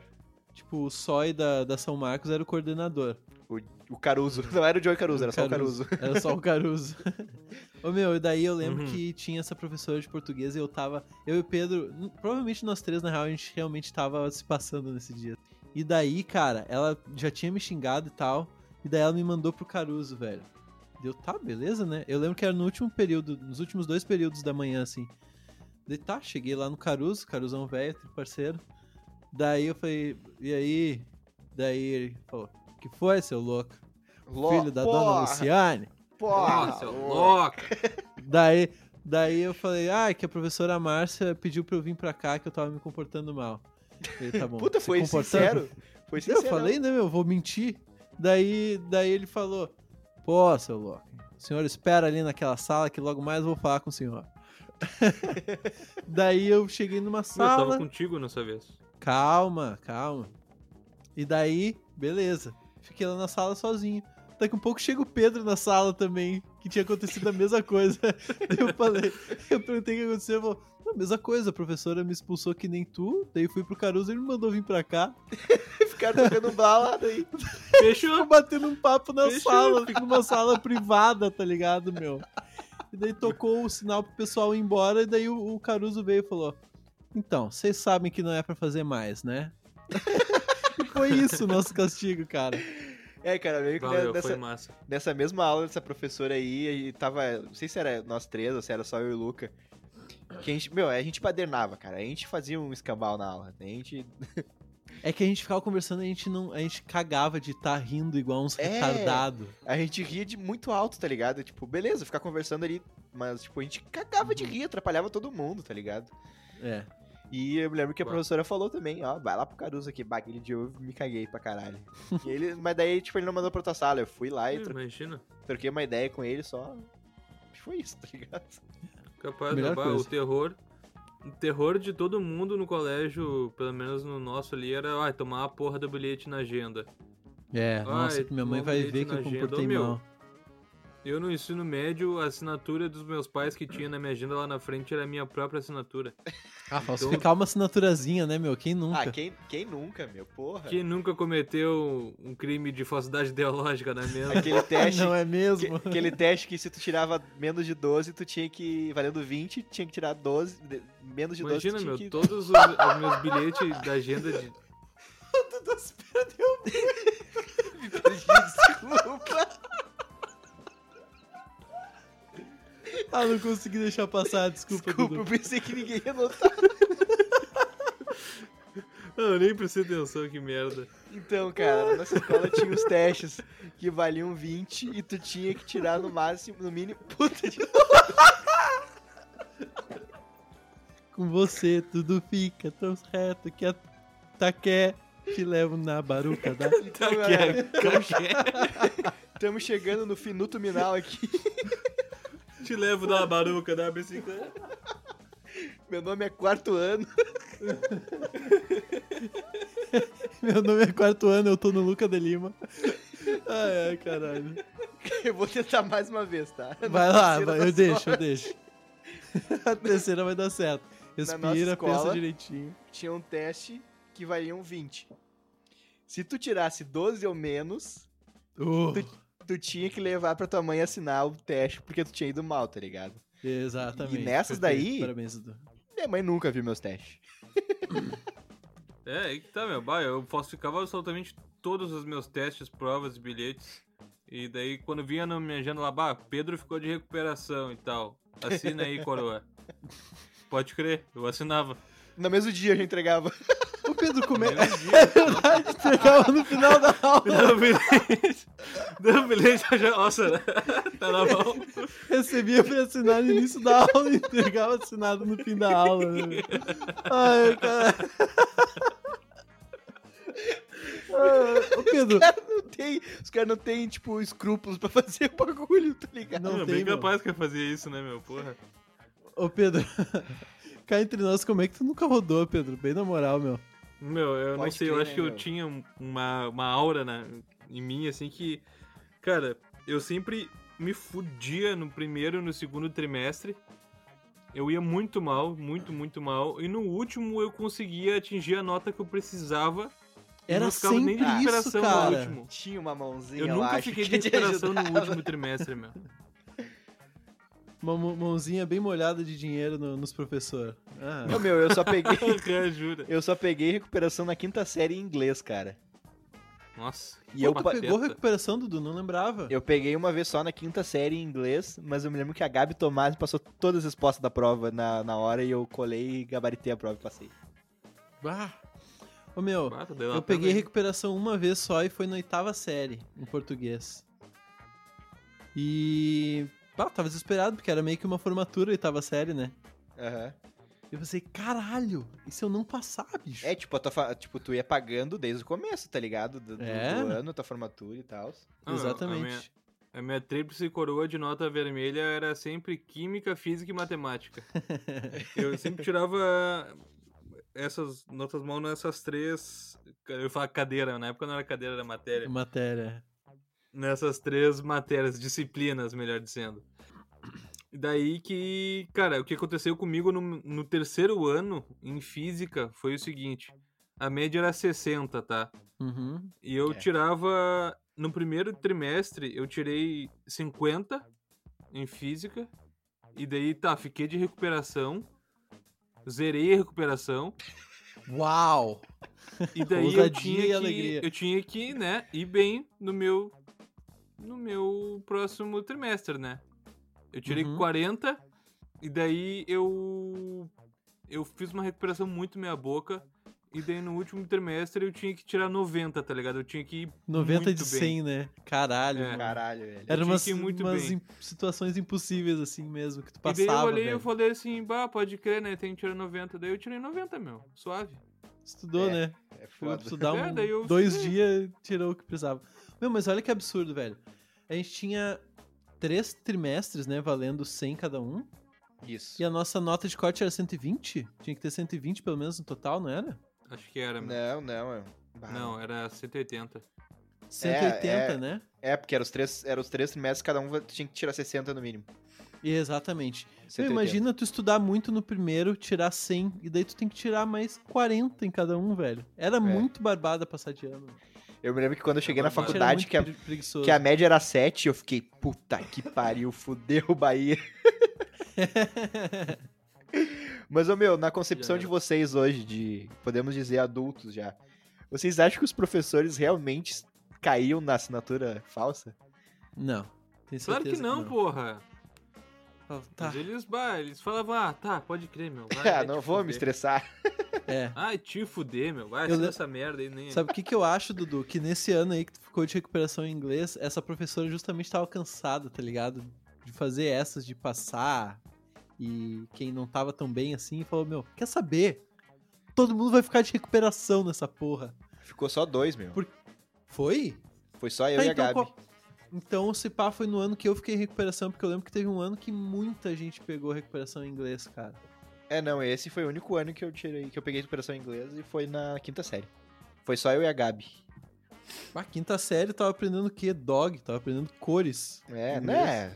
A: Tipo, o Soy da, da São Marcos era o coordenador.
B: O Caruso. Não era o Joey Caruso, era só o
A: Caruso.
B: Caruso.
A: Era só o Caruso. Ô meu, e daí eu lembro
C: Uhum.
A: que tinha essa professora de português e eu tava. Eu e o Pedro, n- provavelmente nós três, na real, a gente realmente tava se passando nesse dia. E daí, cara, ela já tinha me xingado e tal. E daí ela me mandou pro Caruso, velho. Deu, tá, beleza, né? Eu lembro que era no último período, nos últimos dois períodos da manhã, assim. Daí tá, cheguei lá no Caruso, Caruzão velho, parceiro. Daí eu falei, e aí? Daí ele falou, que foi, seu louco?
B: Ló-
A: Filho da dona
B: porra,
A: Luciane?
B: Porra,
A: é
C: Nossa,
B: ô.
C: louco!
A: Daí, daí eu falei, ah, é que a professora Márcia pediu pra eu vir pra cá que eu tava me comportando mal. Ele, tá bom.
B: Puta,
A: se
B: foi
A: comportando-
B: sincero. Foi
A: Eu
B: sincero.
A: falei, né, meu, vou mentir. Daí, daí ele falou, pô, seu louco, o senhor espera ali naquela sala que logo mais eu vou falar com o senhor. daí eu cheguei numa
C: Eu
A: sala...
C: tava contigo nessa vez.
A: Calma, calma. E daí, beleza. Fiquei lá na sala sozinho. Daqui um pouco chega o Pedro na sala também, que tinha acontecido a mesma coisa. Daí eu falei, eu perguntei o que aconteceu, ele falou, "Não, mesma coisa, a professora me expulsou que nem tu, daí fui pro Caruso e ele me mandou vir pra cá.
B: Ficaram tocando balada aí.
A: Ficou
C: Fechou?
A: batendo um papo na
C: Fechou.
A: sala, fica numa sala privada, tá ligado, meu? E daí tocou o sinal pro pessoal ir embora, e daí o, o Caruso veio e falou: Então, vocês sabem que não é pra fazer mais, né? e foi isso o nosso castigo, cara.
B: É, cara, meio que
C: Valeu,
B: nessa,
C: foi massa.
B: nessa mesma aula dessa professora aí, e tava. Não sei se era nós três ou se era só eu e o Luca. Que a gente, meu, a gente padernava, cara. A gente fazia um escambau na aula. A gente.
A: É que a gente ficava conversando e a gente, não, a gente cagava de estar rindo igual uns
B: É.
A: retardados.
B: A gente ria de muito alto, tá ligado? Tipo, beleza, ficar conversando ali. Mas, tipo, a gente cagava de rir, atrapalhava todo mundo, tá ligado?
A: É.
B: E eu me lembro que a
C: Bah.
B: professora falou também, ó, vai lá pro Caruso aqui, baguilho de ovo, me caguei pra caralho. E ele, mas daí, tipo, ele não mandou pra outra sala. Eu fui lá e tro-
C: Imagina.
B: troquei uma ideia com ele só. Foi isso, tá ligado?
C: Capaz
A: Melhor
C: de bah, o
A: coisa.
C: terror. O terror de todo mundo no colégio, pelo menos no nosso ali, era ai, tomar a porra do bilhete na agenda.
A: É,
C: Ai,
A: nossa, que minha mãe
C: vamos
A: vai
C: ver
A: ver
C: de
A: que eu
C: nojento,
A: comportei
C: ô, meu.
A: mal.
C: Eu no ensino médio, a assinatura dos meus pais que tinha na minha agenda lá na frente era a minha própria assinatura.
A: Ah, falsificar uma assinaturazinha, né, meu? Quem nunca?
B: Ah, quem, quem nunca, meu? Porra.
C: Quem nunca cometeu um crime de falsidade ideológica, não é mesmo?
B: Aquele teste.
A: não é
B: que-
A: mesmo?
B: Aquele teste que se tu tirava menos de 12, tu tinha que. Valendo 20, tinha que tirar 12. de- menos de 12,
C: Imagina,
B: tu tinha
C: meu,
B: que.
C: todos os, os meus bilhetes da agenda de.
B: Desculpa.
A: Ah, não consegui deixar passar, desculpa,
B: Desculpa,
A: Dudu.
B: eu pensei que ninguém ia notar.
C: Eu Ah, nem prestei atenção, que merda.
B: Então, cara, na nossa escola tinha os testes que valiam 20 e tu tinha que tirar no máximo, no mínimo. Puta de
A: Com você tudo fica tão reto que a taqué te levo na baruca da...
C: Tá
B: cara.
C: quieto, tá quieto.
A: é?
B: Estamos né? chegando no finuto minal aqui.
C: Te levo da baruca da bicicleta.
B: Meu nome é quarto ano.
A: Meu nome é quarto ano, eu tô no Luca de Lima. Ai, ai, caralho.
B: Eu vou tentar mais uma vez, tá? Na
A: Vai lá,
B: terceira
A: vai,
B: da
A: eu deixo,
B: escola,
A: eu deixo. A terceira vai dar certo.
B: nossa
A: Respira,
B: escola-
A: pensa direitinho.
B: Tinha um teste que valiam 20. Se tu tirasse 12 ou menos,
A: Uh,
B: tu tinha que levar pra tua mãe assinar o teste, porque tu tinha ido mal, tá ligado?
A: exatamente.
B: E nessas
A: perfeito,
B: daí-
A: Parabéns, Dudu.
B: Minha mãe nunca viu meus testes.
C: É, aí que tá, meu. Bah, eu falsificava absolutamente todos os meus testes, provas, bilhetes. E daí, quando vinha na minha agenda lá, bah, Pedro ficou de recuperação e tal. Assina aí, coroa. Pode crer, eu assinava.
B: No mesmo dia eu já entregava.
A: Ô, Pedro, como é...
C: Meu
A: É verdade, chegava no final da aula,
C: Deu bilhete. Deu um bilhete, eu já. Nossa, né? tá na mão.
A: recebia pra assinar no início da aula e entregava assinado no fim da aula. Né? meu? Ai, caralho. Ah, Ô, Pedro,
B: Cara, não tem, os caras não tem, tipo, escrúpulos pra fazer bagulho, tá ligado?
A: Não
C: Meu,
A: tem,
C: bem
A: meu.
C: capaz que eu fazia isso, né, meu? Porra.
A: Ô Pedro, cá entre nós, como é que tu nunca rodou, Pedro? Bem na moral, meu.
C: Meu, eu não
B: Pode
C: sei, eu
B: crer,
C: acho
B: né,
C: que eu
B: meu?
C: tinha um- uma, uma aura na, em mim, assim, que. Cara, eu sempre me fudia no primeiro e no segundo trimestre. Eu ia muito mal, muito, muito mal. E no último eu conseguia atingir a nota que eu precisava. e
A: Era
C: não ficava nem de
A: sempre isso,
C: recuperação no
A: cara.
C: último.
B: Tinha uma mãozinha,
C: Eu
B: eu
C: nunca
B: acho,
C: fiquei de
B: que te
C: recuperação no
B: ajudava.
C: último trimestre, meu.
A: Uma mão- mãozinha bem molhada de dinheiro no- nos Ah. professores.
B: Ô, meu, eu só peguei...
C: Cara, Jura?
B: Eu só peguei recuperação na quinta série em inglês, cara.
C: Nossa. que
B: E eu
A: Pô, tu
B: pa-
C: pateta.
A: pegou a recuperação, Dudu, não lembrava.
B: Eu peguei uma vez só na quinta série em inglês, mas eu me lembro que a Gabi Tomás passou todas as respostas da prova na, na hora e eu colei e gabaritei a prova e passei.
A: Ah. Ô meu,
C: Ah, tá dando
A: eu
C: uma
A: peguei
C: também.
A: recuperação uma vez só e foi na oitava série, em português. E. Ah, tava desesperado, porque era meio que uma formatura oitava série, né?
B: Aham.
A: Eu pensei, caralho, e se eu não passar, bicho?
B: É, tipo, a tua fa- tipo, tu ia pagando desde o começo, tá ligado? Do, do-
A: É.
B: do ano, tua formatura e tal.
C: Ah, meu, a minha-
A: Exatamente.
C: A minha tríplice coroa de nota vermelha era sempre química, física e matemática. Eu sempre tirava essas notas mal nessas três. Eu falo cadeira, na época não era cadeira, era matéria.
A: Matéria.
C: Nessas três matérias, disciplinas, melhor dizendo. E Daí que, cara, o que aconteceu comigo no, no terceiro ano em física foi o seguinte: a média era 60, tá?
A: Uhum.
C: E eu
B: É.
C: tirava. No primeiro trimestre, eu tirei 50 em física. E daí, tá, fiquei de recuperação. Zerei a recuperação.
A: Uau!
C: E daí eu
A: Ousadia
C: tinha,
A: e
C: que,
A: alegria.
C: eu tinha que, né, ir bem no meu. No meu próximo trimestre, né? Eu tirei
A: Uhum.
C: 40. E daí eu. Eu fiz uma recuperação muito meia boca. E daí no último trimestre eu tinha que tirar 90, tá ligado? Eu tinha que ir
A: 90
C: Muito
A: de
C: bem.
A: 100, né? Caralho.
C: É.
A: mano.
B: Caralho, velho.
A: Era
C: tinha
A: umas,
C: que ir muito
A: umas
C: bem.
A: im- situações impossíveis, assim mesmo, que tu
C: e daí eu
A: passava,
C: olhei e eu
A: velho.
C: falei assim, bah, pode crer, né? Tem que tirar 90. Daí eu tirei 90, meu. Suave.
A: Estudou,
B: É,
A: né?
B: É
A: Fui
B: foda.
A: estudar
C: É,
A: um,
C: daí eu
A: dois
C: estudei.
A: dias, tirou o que precisava. Meu, mas olha que absurdo, velho. A gente tinha três trimestres, né, valendo 100 cada um.
B: Isso.
A: E a nossa nota de corte era 120? Tinha que ter 120 pelo menos no total, não era?
C: Acho que era, meu.
B: Não, não. é- Bah.
C: Ah, Não, era 180.
A: 180,
B: é.
A: né?
B: É, porque eram os três, eram os três trimestres, cada um va- tinha que tirar 60 no mínimo.
A: E Exatamente. Meu,
B: 180.
A: imagina tu estudar muito no primeiro, tirar 100, e daí tu tem que tirar mais 40 em cada um, velho. Era muito barbada passar de ano.
B: Eu me lembro que quando eu cheguei na
A: A
C: Agora,
A: gente
C: agora
A: era
B: faculdade,
A: muito
B: que a,
A: pre- preguiçoso.
B: que é a média era 7, eu fiquei, puta que pariu, fudeu o Bahia. Mas, ô meu, na concepção
C: Já
B: de
C: era.
B: vocês hoje, de podemos dizer adultos já, vocês acham que os professores realmente caíam na assinatura falsa?
A: Não. Tenho certeza
C: Claro que não, porra.
A: Fala, Tá,
C: Mas eles, bah, eles falavam, ah, tá, pode crer, meu. Vai,
B: ah,
C: vai
B: não
C: te
B: vou me
C: fuder.
B: estressar.
A: é.
C: Ai, te fuder, meu. Vai,
A: Eu
C: assina
A: le-
C: essa merda aí. Nem...
A: Sabe o que, que eu acho, Dudu? Que nesse ano aí que tu ficou de recuperação em inglês, essa professora justamente tava cansada, tá ligado? De fazer essas, de passar. E quem não tava tão bem assim falou: Meu, quer saber? Todo mundo vai ficar de recuperação nessa porra.
B: Ficou só dois, meu.
A: Por- Foi?
B: Foi só eu
A: Tá,
B: e a Gabi.
A: qual- Então, se pá, foi no ano que eu fiquei em recuperação, porque eu lembro que teve um ano que muita gente pegou recuperação em inglês, cara.
B: É, não, esse foi o único ano que eu tirei, que eu peguei recuperação em inglês e foi na quinta série. Foi só eu e a Gabi.
A: A quinta série eu tava aprendendo o quê? Dog, tava aprendendo cores.
B: É,
A: Inglês.
B: né?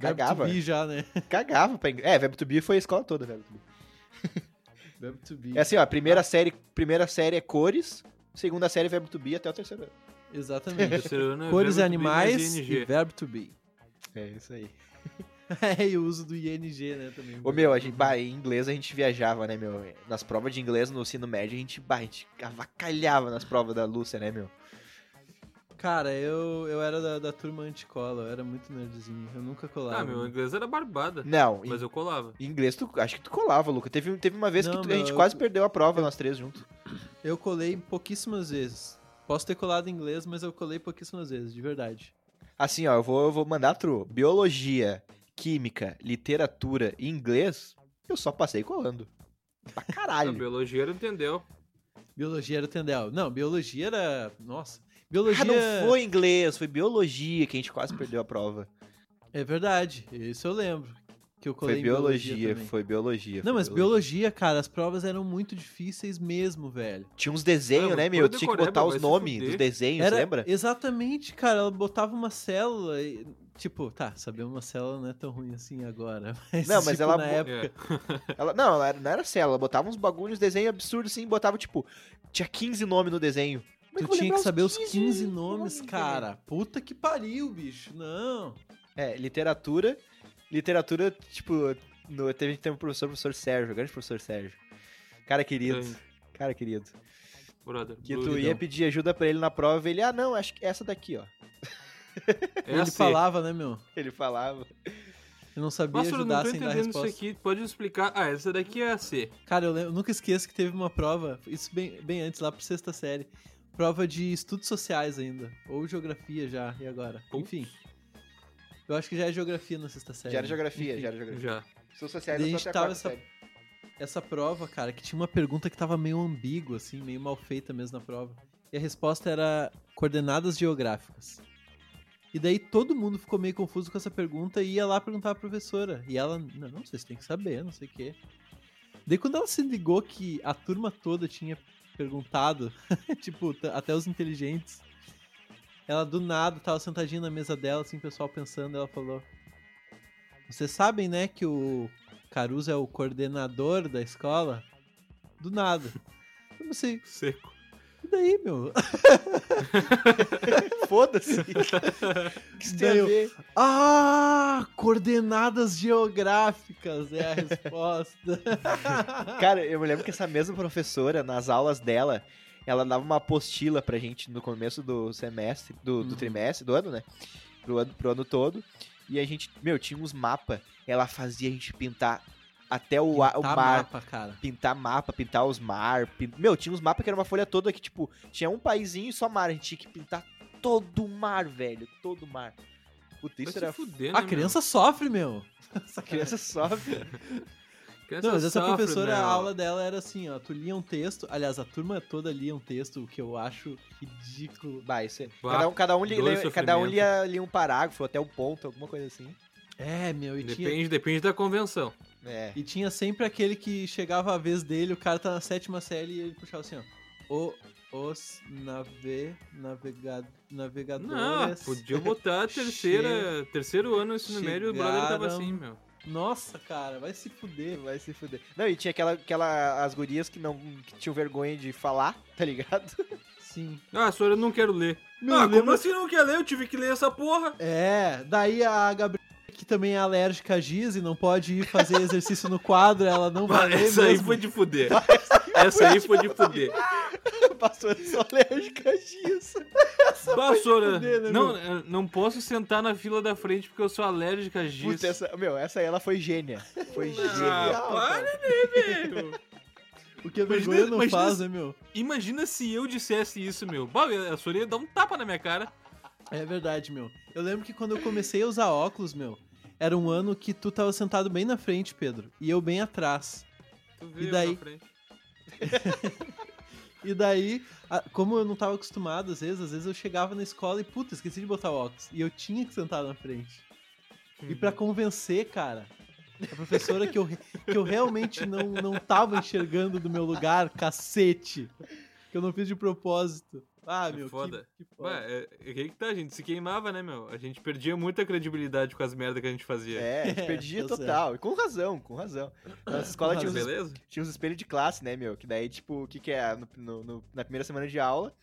B: Cagava.
A: Verbo to be já, né?
B: Cagava pra inglês. É, Verbo to Be foi a escola toda, Verbo to Be.
A: Verbo to be.
B: É assim, ó, a
A: Ah.
B: primeira série, primeira série é cores, segunda série é Verbo to Be até o terceiro ano.
A: Exatamente.
C: Terceiro ano é
A: Cores e
C: verbo to be mais
A: animais
C: ING.
A: e verbo to be.
B: É isso aí.
A: é, e o uso do ING, né, também.
B: Ô meu, a gente, bah, em inglês a gente viajava, né, meu? Nas provas de inglês no ensino médio a gente, bah, a gente avacalhava nas provas da Lúcia, né, meu?
A: Cara, eu, eu era da, da turma anticola, eu era muito nerdzinho, eu nunca colava.
C: Ah, meu inglês era barbada.
B: Não, em,
C: Mas eu colava.
B: em inglês tu, acho que tu colava, Luca. Teve, teve uma vez
A: é. Não,
B: que tu- a
A: meu,
B: gente
A: eu-
B: quase perdeu a prova, nós três juntos.
A: Eu colei pouquíssimas vezes. Posso ter colado em inglês, mas eu colei pouquíssimas vezes, de verdade.
B: Assim, ó, eu vou, eu vou mandar tru. Biologia, química, literatura e inglês, eu só passei colando. Pra
C: A
B: caralho.
C: biologia não entendeu.
A: Biologia era o Tendel. Não, biologia era. Nossa. Biologia.
B: Ah, não foi inglês, foi biologia que a gente quase perdeu a prova.
A: É verdade, isso eu lembro. Que eu colei
B: foi
A: em
B: biologia,
A: também.
B: foi biologia.
A: Não,
B: foi
A: mas biologia, cara, as provas eram muito difíceis mesmo, velho.
B: Tinha uns desenhos,
C: Ah,
B: né,
C: mas
B: meu?
C: quando
B: Tu tinha que
C: decorar,
B: botar
C: meu,
B: os
C: vai se
B: nomes
C: fuder.
B: dos desenhos, lembra?
A: Exatamente, cara. Ela botava uma célula e. Tipo, tá, saber uma célula não é tão ruim assim agora. Mas,
B: Não, mas
A: tipo,
B: ela
A: Na
B: bo-
C: É,
A: época.
B: Ela, não, ela era- não era célula, ela botava uns bagulhos, desenho absurdo assim, botava tipo. Tinha 15 nomes no desenho. Como é eu
A: Tu
B: vou
A: tinha
B: lembrar
A: que saber os 15, nomes,
B: velho?
A: cara. Puta que pariu, bicho. Não.
B: É, literatura. Literatura, tipo, no, teve, teve um professor, professor Sérgio, grande professor Sérgio. Cara querido.
C: Grande.
B: Cara querido.
C: brother.
B: Que tu
C: bloridão.
B: ia pedir ajuda pra ele na prova, ele, ah, não, acho que é essa daqui, ó.
C: É
A: Ele
C: assim.
A: falava, né, meu?
B: Ele falava.
A: Eu não sabia
C: Mas eu não
A: ajudar
C: tô
A: sem dar
C: entendendo isso
A: resposta.
C: aqui. Pode explicar? Ah, essa daqui é a C.
A: Cara, eu, lembro- eu nunca esqueço que teve uma prova, isso bem, bem antes, lá pra sexta série. Prova de estudos sociais ainda. Ou geografia já, e agora? Enfim, eu acho que já é geografia na sexta série.
B: Já era
A: né?
B: geografia,
A: Enfim.
B: já era geografia.
C: Já.
B: Sou sociais,
A: Daí
B: eu
A: a
B: tô
A: gente
B: até a
A: tava
B: quarta
A: essa-
B: série.
A: essa prova, cara, que tinha uma pergunta que tava meio ambígua, assim, meio mal feita mesmo na prova. E a resposta era coordenadas geográficas. E daí todo mundo ficou meio confuso com essa pergunta e ia lá perguntar à professora. E ela, não, vocês têm que saber, não sei o quê. Daí quando ela se ligou que a turma toda tinha perguntado, tipo, t- até os inteligentes, ela do nada tava sentadinha na mesa dela, assim, o pessoal pensando, ela falou: Vocês sabem, né, que o Caruso é o coordenador da escola? Do nada. Eu não sei,
C: Seco.
A: e daí, meu?
B: Foda-se. O que isso tem
A: Daí
B: a
A: eu-
B: ver?
A: Ah, coordenadas geográficas é a resposta.
B: Cara, eu me lembro que essa mesma professora, nas aulas dela, ela dava uma apostila pra gente no começo do semestre, do, do
A: Uhum.
B: trimestre, do ano, né? Pro ano, pro ano todo. E a gente, meu, tinha uns mapas. Ela fazia a gente pintar até o, a- o
A: tá
B: mar.
A: mapa, cara.
B: Pintar mapa, pintar os mar. pin- Meu, tinha uns mapas que era uma folha toda que, tipo, tinha um paizinho e só mar. A gente tinha que pintar todo o mar, velho. Todo o mar. Puta,
C: Vai
B: isso
C: se
B: era.
C: fuder, né,
A: A
C: meu?
A: criança sofre, meu.
B: Essa criança sofre.
C: Criança
A: Não, mas essa
C: sofre,
A: professora, é
C: né?
A: a aula dela era assim, ó. Tu lia um texto, aliás, a turma toda lia um texto, o que eu acho ridículo.
B: Bah, isso é...
C: Bah,
B: cada um, cada um, li-
C: dor e
B: le- cada um
C: sofrimento.
B: lia, lia um parágrafo, até um ponto, alguma coisa assim.
A: É, meu, e tinha,
C: Depende, depende da convenção.
B: É.
A: e tinha sempre aquele que chegava a vez dele, o cara tá na sétima série e ele puxava assim, ó. O, os nave, navega,
C: Não,
A: navegadores...
C: podia botar a terceira, terceiro ano no ensino médio, o brother tava
A: Chegaram-
C: assim, meu.
A: Nossa, cara, vai se fuder.
B: Vai se fuder. Não, e tinha aquela, aquela as gurias que não que tinham vergonha de falar, tá ligado?
A: Sim.
C: Ah, senhora, eu não quero ler.
A: Meu,
C: ah, como
A: lembra-
C: assim não quer ler? Eu tive que ler essa porra.
A: É, daí a Gabriela, que também é alérgica a giz e não pode ir fazer exercício no quadro, ela não vai ler
C: essa aí
A: mesmo.
C: foi de fuder. essa aí foi de fuder.
B: Passou só alérgica disso.
C: Bah, senhora,
A: fuder, né,
C: não, eu não posso sentar na fila da frente porque eu sou alérgica a giz.
B: Puta, essa, meu, essa aí ela foi gênia. Foi
C: Ah,
B: genial.
C: para,
B: cara.
A: é
C: né, velho?
A: O que a
C: Imagina-
A: vergonha não
C: imagina
A: faz,
C: se-
A: né, meu?
C: Imagina se eu dissesse isso, meu. Bah, a senhora ia dar um tapa na minha cara.
A: É verdade, meu. Eu lembro que quando eu comecei a usar óculos, meu, era um ano que tu tava sentado bem na frente, Pedro, e eu bem atrás.
C: Tu
A: E
C: veio
A: daí?
C: na frente.
A: E daí, a- como eu não tava acostumado às vezes, às vezes eu chegava na escola e, puta, esqueci de botar o óculos. E eu tinha que sentar na frente. E pra convencer, cara, a professora que eu, re- que eu realmente não, não tava enxergando do meu lugar, cacete. Que eu não fiz de propósito. Ah,
C: É
A: meu, que-
C: foda.
A: que, foda.
C: Ué, é, é que que tá, a gente se queimava, né, meu? A gente perdia muita credibilidade com as merdas que a gente fazia.
B: É, a gente
A: É,
B: perdia
A: tá
B: total. E com razão, com razão. Nossa escola
A: Com
B: tinha
C: Mas
A: razão.
B: uns,
C: beleza?
B: tinha uns espelhos de classe, né, meu? Que daí, tipo, o que que é? No- no- no- na primeira semana de aula,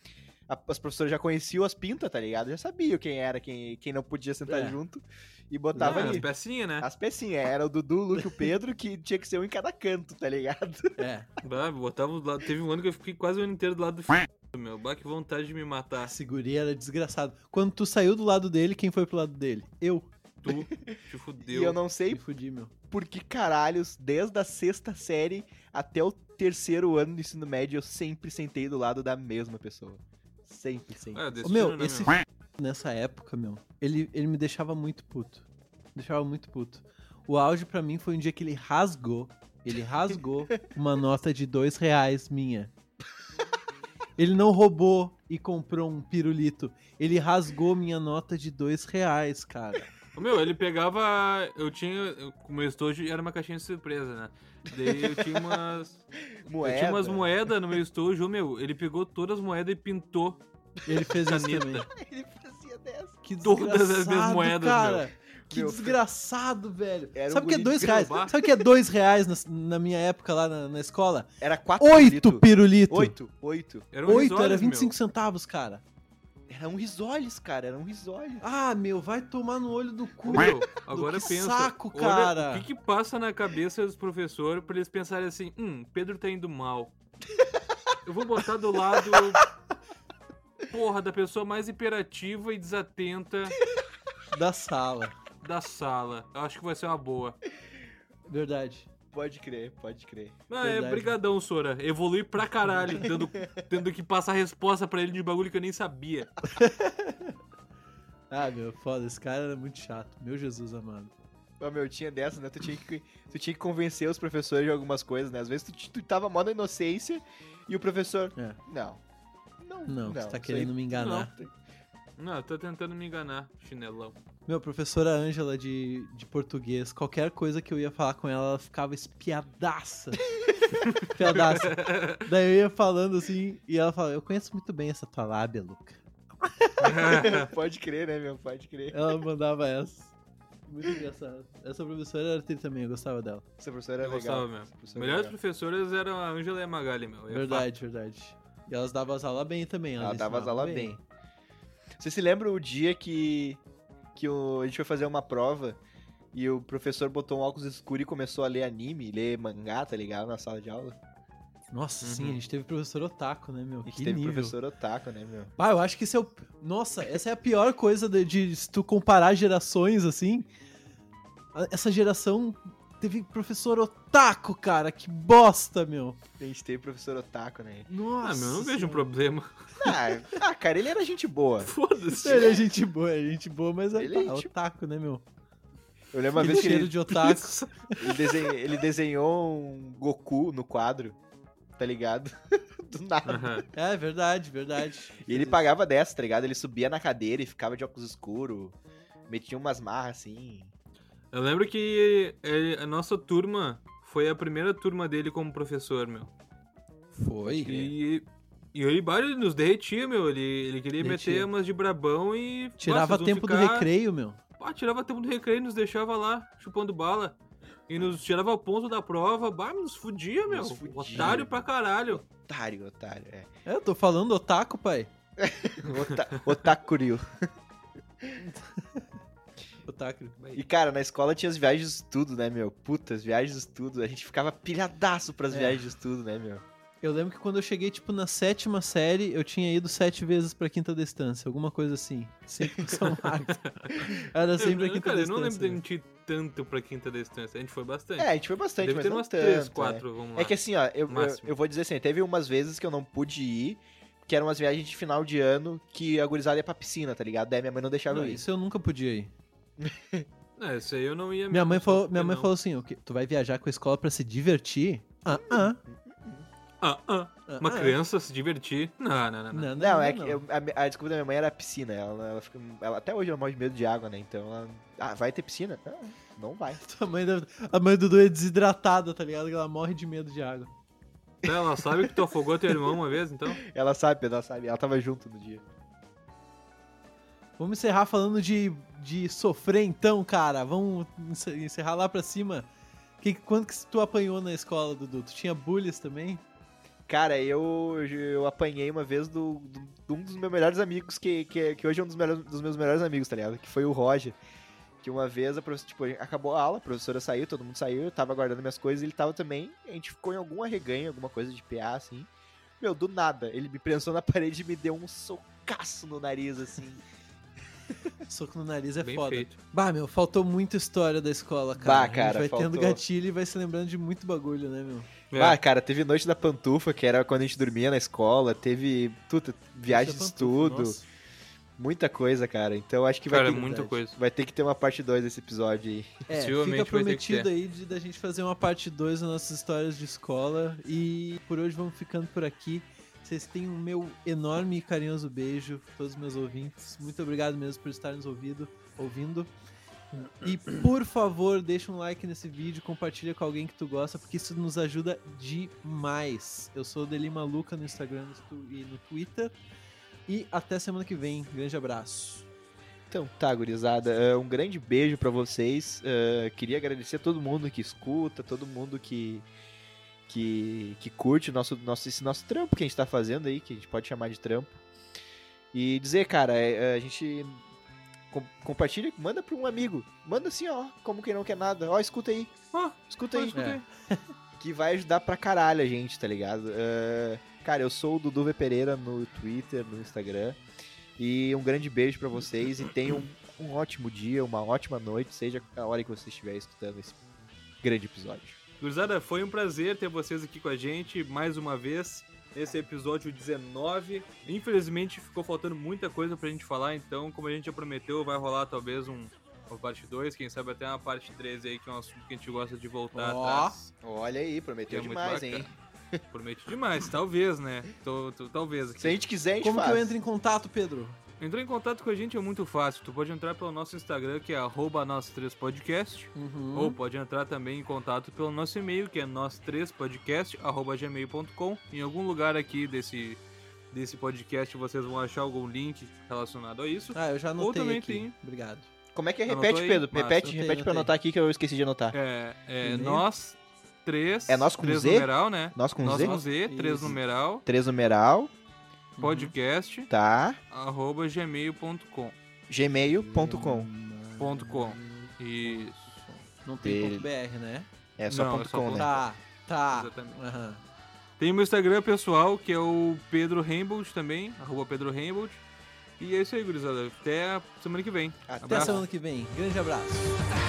B: a- as professoras já conheciam as pintas, tá ligado? Já sabiam quem era, quem, quem não podia sentar
A: É.
B: junto. E botava ali.
C: Não,
B: Ah.
C: as pecinhas, né?
B: As pecinhas, é, era o Dudu, o Luke e o Pedro, que tinha que ser um em cada canto, tá ligado?
A: É,
C: Bah, botava do lado. Teve um ano que eu fiquei quase o ano inteiro do lado do f... meu. Bah, que vontade de me
A: a
C: matar.
A: seguria era desgraçado. Quando tu saiu do lado dele, quem foi pro lado dele? Eu.
C: Tu te fudeu.
B: E eu não
A: Me
B: sei
A: fudi, meu.
B: por que caralhos, desde a sexta série até o terceiro ano do ensino médio, eu sempre sentei do lado da mesma pessoa. Sempre, sempre.
C: É,
A: Ô,
C: destino,
A: meu,
C: né,
A: esse
C: meu?
A: f... nessa época, meu, ele, ele me deixava muito puto. Deixava muito puto. O auge pra mim foi um dia que ele rasgou. Ele rasgou uma nota de dois reais minha. Ele não roubou e comprou um pirulito. Ele rasgou minha nota de dois reais, cara.
C: Ô, meu, ele pegava. Eu tinha. eu- O meu estojo era uma caixinha de surpresa, né? Daí eu tinha umas. Eu
B: Moeda.
C: tinha umas moedas no meu estojo, ô, meu. Ele pegou todas as moedas e pintou.
A: Ele fez isso
C: Caneta.
A: também.
B: Ele fazia dessa.
A: Que
C: Todas as
A: desgraçado,
C: minhas moedas,
A: cara. Que
B: Meu,
A: desgraçado, velho.
B: Era um
A: Sabe o que é
B: guri
A: dois reais?
C: desgramado.
A: Sabe o que é dois reais nas- na, minha época lá na, na escola?
B: Era quatro
A: Oito
B: pirulito.
A: pirulito.
B: Oito, oito.
C: Era um
A: Oito
C: risório,
A: era
C: meu.
A: 25 centavos, cara.
B: Era um risoles, cara, era um risoles.
A: Ah, meu, vai tomar no olho do cu.
C: Meu, agora
A: que
C: pensa.
A: saco,
C: olha
A: cara.
C: O que, que passa na cabeça dos professores pra eles pensarem assim: hum, Pedro tá indo mal. Eu vou botar do lado. Porra, da pessoa mais imperativa e desatenta
A: da sala.
C: da sala. Eu acho que vai ser uma boa.
A: Verdade.
B: Pode crer, pode crer.
C: Ah, é,
A: Verdade.
C: brigadão, Sora. Evolui pra caralho, tendo, tendo que passar resposta pra ele de bagulho que eu nem sabia.
A: Ah, meu, foda, esse cara era muito chato. Meu Jesus amado.
B: Ô, meu, tinha dessa, né? Tu tinha, que, tu tinha que convencer os professores de algumas coisas, né? Às vezes tu, tu tava mó na inocência e o professor.
A: É.
B: Não. Não,
A: Não, você tá
B: isso
A: querendo
B: aí-
A: me enganar.
C: Não, eu tô tentando me enganar, chinelão.
A: Meu, a professora Ângela de, de português, qualquer coisa que eu ia falar com ela, ela ficava espiadaça. espiadaça. Daí eu ia falando assim, e ela falava, eu conheço muito bem essa tua lábia, Luca.
B: pode crer, né, meu? Pode crer.
A: Ela mandava essa. Muito engraçado. Essa professora era tri também, eu gostava dela.
B: Essa professora era
C: Eu
B: legal.
C: gostava mesmo.
B: Essa professora era
C: Melhores
B: legal.
C: professoras eram a Ângela e a Magali, meu. Eu ia
A: é Verdade, verdade. E elas davam as aulas bem também.
B: Ela dava as
A: ensinavam
B: aulas bem. Você se lembra o dia que, que o- a gente foi fazer uma prova e o professor botou um óculos escuro e começou a ler anime, ler mangá, tá ligado? Na sala de aula.
A: Nossa, sim, a
C: Uhum.
A: gente teve professor otaku, né, meu?
B: A gente
A: que
B: teve
A: nível.
B: professor otaku, né, meu?
A: Ah, eu acho que esse é o. Nossa, essa é a pior coisa de, de se tu comparar gerações assim. A- Essa geração teve professor otaku, cara. Que bosta, meu.
B: A gente teve professor otaku, né?
A: Nossa.
C: Ah, meu, eu não vejo um
A: senhora.
C: problema.
B: Ah, ah, cara, ele era gente boa.
C: Foda-se.
A: Ele é gente boa, é gente boa, mas é,
B: Ele é
A: tá,
B: gente-
A: otaku, né, meu?
B: Eu lembro uma
A: Aquele
B: vez que
A: cheiro
B: ele,
A: de otaku.
B: ele desenhou, ele desenhou um Goku no quadro, tá ligado? Do nada.
C: Aham.
A: É verdade, verdade.
B: E ele pagava dessa, tá ligado? Ele subia na cadeira e ficava de óculos escuro, metia umas marras assim.
C: Eu lembro que ele- a nossa turma foi a primeira turma dele como professor, meu.
A: Foi.
C: E, e ele bah, ele nos derretia, meu. Ele, ele queria meter
A: Derretia.
C: umas de brabão e. bah,
A: Tirava
C: vocês vão
A: tempo do
C: ficar-
A: recreio, meu.
C: Bah, tirava tempo do recreio e nos deixava lá, chupando bala. E nos tirava o ponto da prova. Bah, nos fudia, meu.
B: Nos fudia.
C: Otário pra caralho.
B: Otário, otário, é.
A: É, eu tô falando otaku, pai.
B: Ota otakuryu.
A: Otaku.
B: E, cara, na escola tinha as viagens de estudo, né, meu? Puta, as viagens de estudo. A gente ficava pilhadaço pras
A: É.
B: viagens de estudo, né, meu?
A: Eu lembro que quando eu cheguei, tipo, na sétima série, eu tinha ido sete vezes pra quinta distância, alguma coisa assim. Sempre com São Marcos. Era sempre a
C: eu,
A: quinta
C: cara, eu
A: distância.
C: não lembro de a
A: né?
C: gente ir tanto pra quinta distância. A gente foi bastante.
B: É, a gente foi bastante,
C: Deve
B: mas
C: ter
B: não
C: umas
B: tanto,
C: três,
B: né?
C: quatro, vamos lá.
B: É que assim, ó, eu, eu,
C: Máximo.
B: eu vou dizer assim, teve umas vezes que eu não pude ir, que eram umas viagens de final de ano que a gurizada ia pra piscina, tá ligado? Daí minha mãe não deixava
A: Não,
B: eu ir.
A: isso eu nunca podia ir.
C: É, isso aí eu não ia
A: Minha
C: mesmo,
A: mãe
C: só
A: falou,
C: porque
A: minha mãe
C: não.
A: falou assim, "O quê? tu vai viajar com a escola pra se divertir? Ah, ah.
C: Ah, ah,
A: ah,
C: uma
A: ah."
C: criança né? se divertir. Não, não, não. não.
A: Não, não,
B: Não, é que
A: não.
B: eu- a, a desculpa da minha mãe era a piscina. Ela, ela fica- ela- até hoje ela morre de medo de água, né? Então ela. Ah, vai ter piscina? Não, não vai.
A: Tua mãe deve- A mãe do Dudu é desidratada, tá ligado? Ela morre de medo de água.
C: Então Ela sabe que tu afogou teu irmão uma vez, então?
B: Ela sabe, ela sabe. Ela tava junto no dia.
A: Vamos encerrar falando de, de sofrer então, cara. Vamos encer- encerrar lá pra cima. Que, quanto que tu apanhou na escola, Dudu? Tu tinha bullies também?
B: Cara, eu, eu apanhei uma vez do, do- de um dos meus melhores amigos, que, que, que hoje é um dos, melhores, dos meus melhores amigos, tá ligado? Que foi o Roger. Que uma vez, a profe- tipo, acabou a aula, a professora saiu, todo mundo saiu, eu tava guardando minhas coisas, ele tava também. A gente ficou em algum arreganho, alguma coisa de PA, assim. Meu, do nada, ele me prensou na parede e me deu um socaço no nariz, assim.
A: Soco no nariz é
C: Bem
A: foda.
C: feito.
A: Bah, meu, faltou muita história da escola, cara.
B: Bah,
A: A gente
B: cara,
A: vai
B: faltou.
A: tendo gatilho e vai se lembrando de muito bagulho, né, meu?
C: É.
B: Ah, cara, teve noite da pantufa, que era quando a gente dormia na escola, teve, puta, viagem de
A: Isso é
B: estudo,
A: pantufa, nossa.
B: muita coisa, cara. Então acho que vai,
C: Cara,
B: ter,
C: muita
A: verdade.
C: coisa.
B: vai ter que ter uma parte 2 desse episódio aí.
A: É,
C: Possivelmente
A: fica
C: vai ter que
A: prometido
C: ter.
A: aí de da gente fazer uma parte 2 das nossas histórias de escola. E por hoje vamos ficando por aqui. Vocês têm um meu enorme e carinhoso beijo, todos os meus ouvintes. Muito obrigado mesmo por estarem nos ouvindo. ouvindo. E por favor, deixa um like nesse vídeo, compartilha com alguém que tu gosta, porque isso nos ajuda demais. Eu sou o Delima Luca no Instagram no tu- e no Twitter. E até semana que vem. Grande abraço.
B: Então tá, gurizada, é, um grande beijo pra vocês. é, Queria agradecer a todo mundo que escuta, todo mundo que que, que curte o nosso, nosso, esse nosso trampo que a gente tá fazendo aí, que a gente pode chamar de trampo. E dizer, cara, é, é, a gente com- compartilha, manda pra um amigo. Manda assim, ó, como quem não quer nada. Ó, escuta aí,
C: Ah,
B: escuta
C: eu
B: aí.
C: escutei.
A: É.
B: Que vai ajudar pra caralho a gente, tá ligado? É, Cara, eu sou o Dudu V. Pereira no Twitter, no Instagram. E um grande beijo pra vocês e tenham um ótimo dia, uma ótima noite, seja a hora que você estiver escutando esse grande episódio.
C: Gurizada, foi um prazer ter vocês aqui com a gente mais uma vez. Esse é o episódio 19. Infelizmente ficou faltando muita coisa pra gente falar, então, como a gente já prometeu, vai rolar talvez um, uma parte 2, quem sabe até uma parte 3 aí, que é um assunto que a gente gosta de voltar
B: Ó.
C: atrás.
B: Olha aí,
C: que é
B: prometeu
C: muito
B: demais,
C: bacana.
B: hein?
C: Promete demais, talvez, né? Tô- tô- talvez aqui.
B: Se a gente quiser, a gente
A: Como
B: faz.
A: que eu entro em contato, Pedro?
C: Entrar em contato com a gente é muito fácil. Tu pode entrar pelo nosso Instagram, que é arroba nós três podcast.
A: Uhum.
C: Ou pode entrar também em contato pelo nosso e-mail, que é nós três podcast, arroba gmail.com. Em algum lugar aqui desse, desse podcast vocês vão achar algum link relacionado a isso.
A: Ah, eu já anotei
C: também
A: aqui.
C: tem-
A: Obrigado.
B: Como é que é?
C: Anotou
B: Repete,
C: aí?
B: Pedro.
C: Massa.
B: repete,
A: Anotei,
B: repete
A: anotei.
B: pra anotar aqui que eu esqueci de anotar.
C: É, é
A: Beleza.
C: nós três.
B: Uhum. É nós com
C: três
B: Z?
C: numeral, né?
B: Nós com
C: nós
B: Z? Uhum.
C: com Z, três
A: Isso.
C: numeral,
B: 3 numeral,
C: podcast,
B: tá?
C: arroba gmail.com.
B: gmail.com.
C: Ponto com. Isso.
A: Não tem
B: Ele-
A: ponto .br, né?
B: É só
C: Não,
B: ponto
C: é só
B: .com,
C: ponto
B: né?
A: Tá, tá.
C: Exatamente.
A: Aham.
C: Tem meu Instagram pessoal, que é o Pedro Rembold também, arroba Pedro Rembold. E é isso aí, gurizada. Até a semana que vem.
B: Até
A: Até
C: Abraço.
A: semana que vem. Grande abraço.